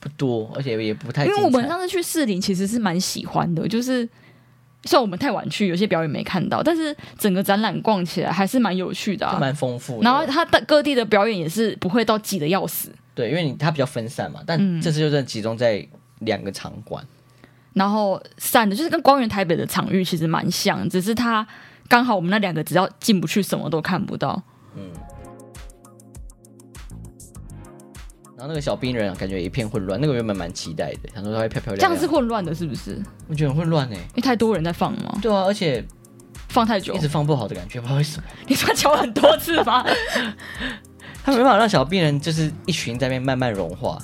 S2: 不多，而且也不太
S1: 因
S2: 精彩。
S1: 为我们上次去士林其实是蛮喜欢的，就是虽然我们太晚去，有些表演没看到，但是整个展览逛起来还是蛮有趣的
S2: 它
S1: 啊。
S2: 蛮丰富的。
S1: 然后他的各地的表演也是不会到挤得要死，
S2: 对，因为你它比较分散嘛，但
S1: 嗯
S2: 这次就真的集中在两个场馆。
S1: 然后呃散的，就是跟光源台北的场域其实蛮像，只是它刚好我们那两个只要进不去，什么都看不到。
S2: 然后那个小冰人啊，感觉一片混乱，那个原本蛮期待的，想说他会漂漂
S1: 这样
S2: 亮亮。
S1: 是混乱的，是不是？
S2: 我觉得很混乱哎、
S1: 因为太多人在放吗？
S2: 对啊，而且
S1: 放太久
S2: 一，直放不好的感觉，不知道为什么。
S1: 你说瞧很多次 吧？
S2: 他没办法让小病人就是一群在那边慢慢融化，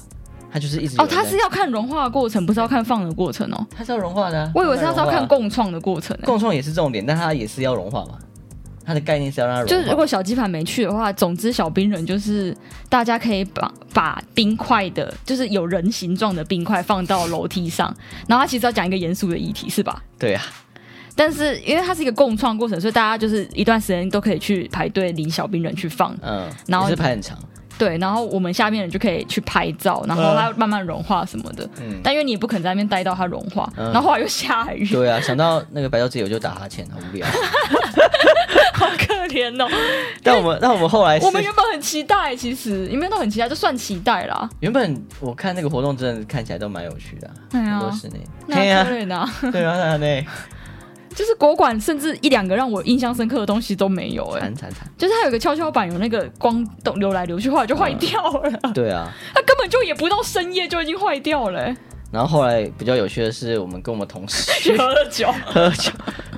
S2: 他就是一直有
S1: 哦，
S2: 人
S1: 他
S2: 在
S1: 是要看融化的过程，不是要看放的过程哦。
S2: 他是要融化的、啊，
S1: 我以为是他是要
S2: 慢慢
S1: 看
S2: 融化啊
S1: 共创的过程、欸，
S2: 共创也是重点，但他也是要融化嘛，他的概念是要让它融化。
S1: 就是如果小鸡排没去的话，总之小冰人就是大家可以把把冰块的，就是有人形状的冰块放到楼梯上，然后他其实要讲一个严肃的议题，是吧？
S2: 对啊，
S1: 但是因为它是一个共创过程，所以大家就是一段时间都可以去排队领小冰人去放，
S2: 嗯，
S1: 然后
S2: 也是排很长，
S1: 对，然后我们下面人就可以去拍照，然后它慢慢融化什么的。
S2: 嗯，
S1: 但因为你也不可能在那边待到它融化，
S2: 嗯
S1: 然后后来又下雨，
S2: 对啊，想到那个白昼自由就打哈欠，好 无聊。
S1: 好 可怜哦。
S2: 但我们，但我们后来哎是
S1: 我们原本很期待，其实你们都很期待，就算期待啦。
S2: 原本我看那个活动真的看起来都蛮有趣的啊、
S1: 对啊
S2: 很多室内，
S1: 那
S2: 对
S1: 可
S2: 啊，
S1: 怜啊，
S2: 对啊，那内
S1: 就是国馆甚至一两个让我印象深刻的东西都没有哎、
S2: 惨惨惨，
S1: 就是它有个跷跷板，有那个光动流来流去，后来就
S2: 嗯
S1: 坏掉了，
S2: 对啊。
S1: 它根本就也不到深夜就已经坏掉了、欸。
S2: 然后后来比较有趣的是，我们跟我们同事
S1: 去喝了酒，
S2: 喝酒，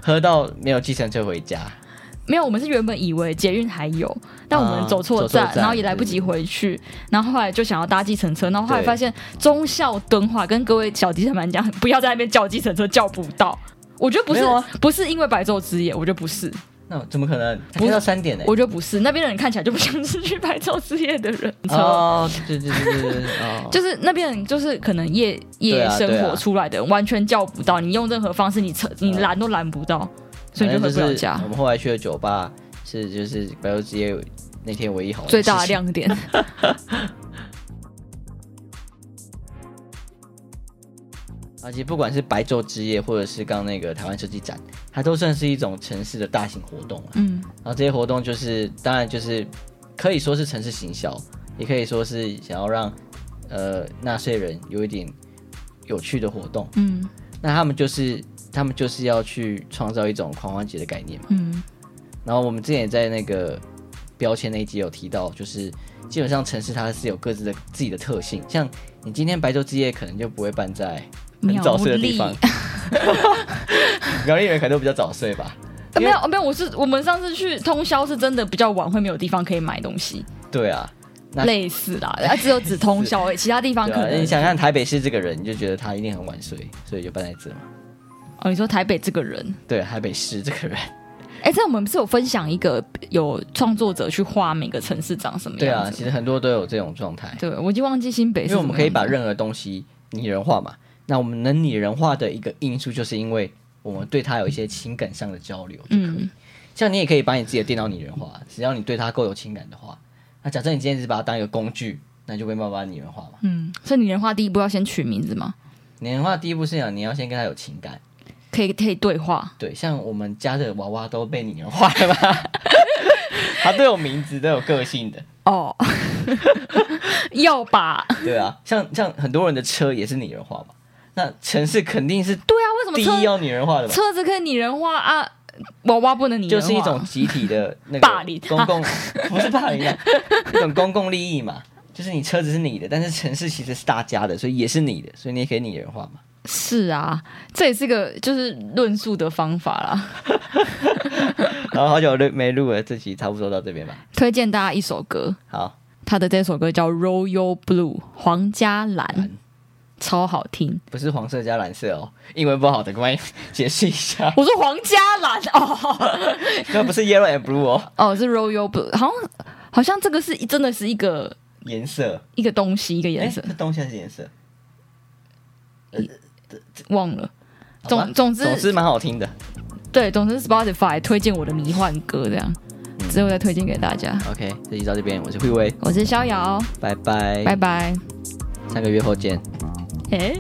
S2: 喝到没有计程车回家，
S1: 没有，我们是原本以为捷运还有，但我们
S2: 啊
S1: 走错
S2: 走错
S1: 站，
S2: 站
S1: 然后也来不及回去，然后后来就想要搭计程车，然后后来发现忠孝敦化跟各位小计程们讲， 不要在那边叫计程车，叫不到。我觉得不是
S2: 没有，啊
S1: 不是因为白昼之夜，我觉得不是，
S2: 那怎么可能？
S1: 不
S2: 才开
S1: 是
S2: 到三点呢、
S1: 我觉得不是，那边的人看起来就不像是去白昼之夜的人，
S2: 哦，对对对对对，哦，
S1: 就是那边人就是可能夜
S2: 对
S1: 夜
S2: 啊
S1: 生
S2: 对啊
S1: 活出来的，完全叫不到，你用任何方式你扯你
S2: 嗯
S1: 拦都拦不到，所以你 就回
S2: 反正
S1: 不了
S2: 是
S1: 家
S2: 我。们后来去的酒吧是就是白昼之夜那天唯一好玩
S1: 最大的
S2: 事情。
S1: 亮点。
S2: 而且不管是白昼之夜，或者是刚刚那个台湾设计展，它都算是一种城市的大型活动了。
S1: 嗯，
S2: 然后这些活动就是，当然就是可以说是城市行销，也可以说是想要让呃纳税人有一点有趣的活动。
S1: 嗯
S2: 那他们就是他们就是要去创造一种狂欢节的概念嘛。
S1: 嗯
S2: 然后我们之前也在那个标签那一集有提到，就是基本上城市它是有各自的自己的特性，像你今天白昼之夜可能就不会办在很早睡的地方
S1: 苗，
S2: 苗栗人可能都比较早睡吧。
S1: 呃没
S2: 因为
S1: 有呃没有，我是我们上次去通宵是真的比较晚，会没有地方可以买东西，
S2: 对啊，那
S1: 类似啦，啊只有只通宵而已，其他地方
S2: 对
S1: 可
S2: 啊，
S1: 能
S2: 你想看台北市这个人，你就觉得他一定很晚睡，所以就办在这嘛。
S1: 哦，你说台北这个人，
S2: 对，台北市这 个人，
S1: 哎，这我们是有分享一个有创作者去画每个城市长什么
S2: 对啊，
S1: 样子
S2: 其
S1: 吗，
S2: 实很多都有这种状态。
S1: 对我已经忘记新北
S2: 因
S1: 是
S2: 为
S1: 什
S2: 我
S1: 么样子，
S2: 们可以把任何东西拟人化嘛。那我们能拟人化的一个因素，就是因为我们对它有一些情感上的交流。
S1: 嗯
S2: 像你也可以把你自己的电脑拟人化，只要你对它够有情感的话。那假设你今天只把它当一个工具，那你就没办法拟人化嘛。
S1: 嗯，所以拟人化第一步要先取名字嘛，
S2: 拟人化第一步是讲你要先跟它有情感。
S1: 可以可以对话，
S2: 对，像我们家的娃娃都被拟人化 了嘛，它都有名字，都有个性的。
S1: 哦， 要吧？
S2: 对啊，像像很多人的车也是拟人化嘛。那城市肯定是
S1: 对啊，为什么
S2: 第一
S1: 车
S2: 要拟人化的嘛。
S1: 车子可以拟人化啊，娃娃不能拟
S2: 就
S1: 人化？
S2: 是一种集体的 那个
S1: 霸凌
S2: 公共不是霸凌啊，一种公共利益嘛。就是你车子是你的，但是城市其实是大家的，所以也是你的，所以你也可以拟人化嘛。
S1: 是啊，这也是个就是论述的方法啦。
S2: 然后好久都没录了，这期差不多到这边吧。
S1: 推荐大家一首歌，
S2: 好，
S1: 他的这首歌叫《Royal Blue》，黄嘉兰，超好听。
S2: 不是黄色加蓝色哦，英文不好的，各位解释一下，
S1: 我说黄嘉兰哦
S2: 那不是 yellow and blue 哦，
S1: 哦，是 Royal Blue，好像好像这个是真的是一个
S2: 颜色，
S1: 一个东西一个
S2: 哎，
S1: 颜色，
S2: 这东西还是颜色，
S1: 忘了。
S2: 好吧
S1: 总总之
S2: 总之蛮好听的。
S1: 对，总之 Spotify 推荐我的迷幻歌这样，之后再推荐给大家。
S2: OK，这期到这边，我是慧威，
S1: 我是逍遥，
S2: 拜拜，
S1: 拜，拜。
S2: 三个月后见。
S1: 诶。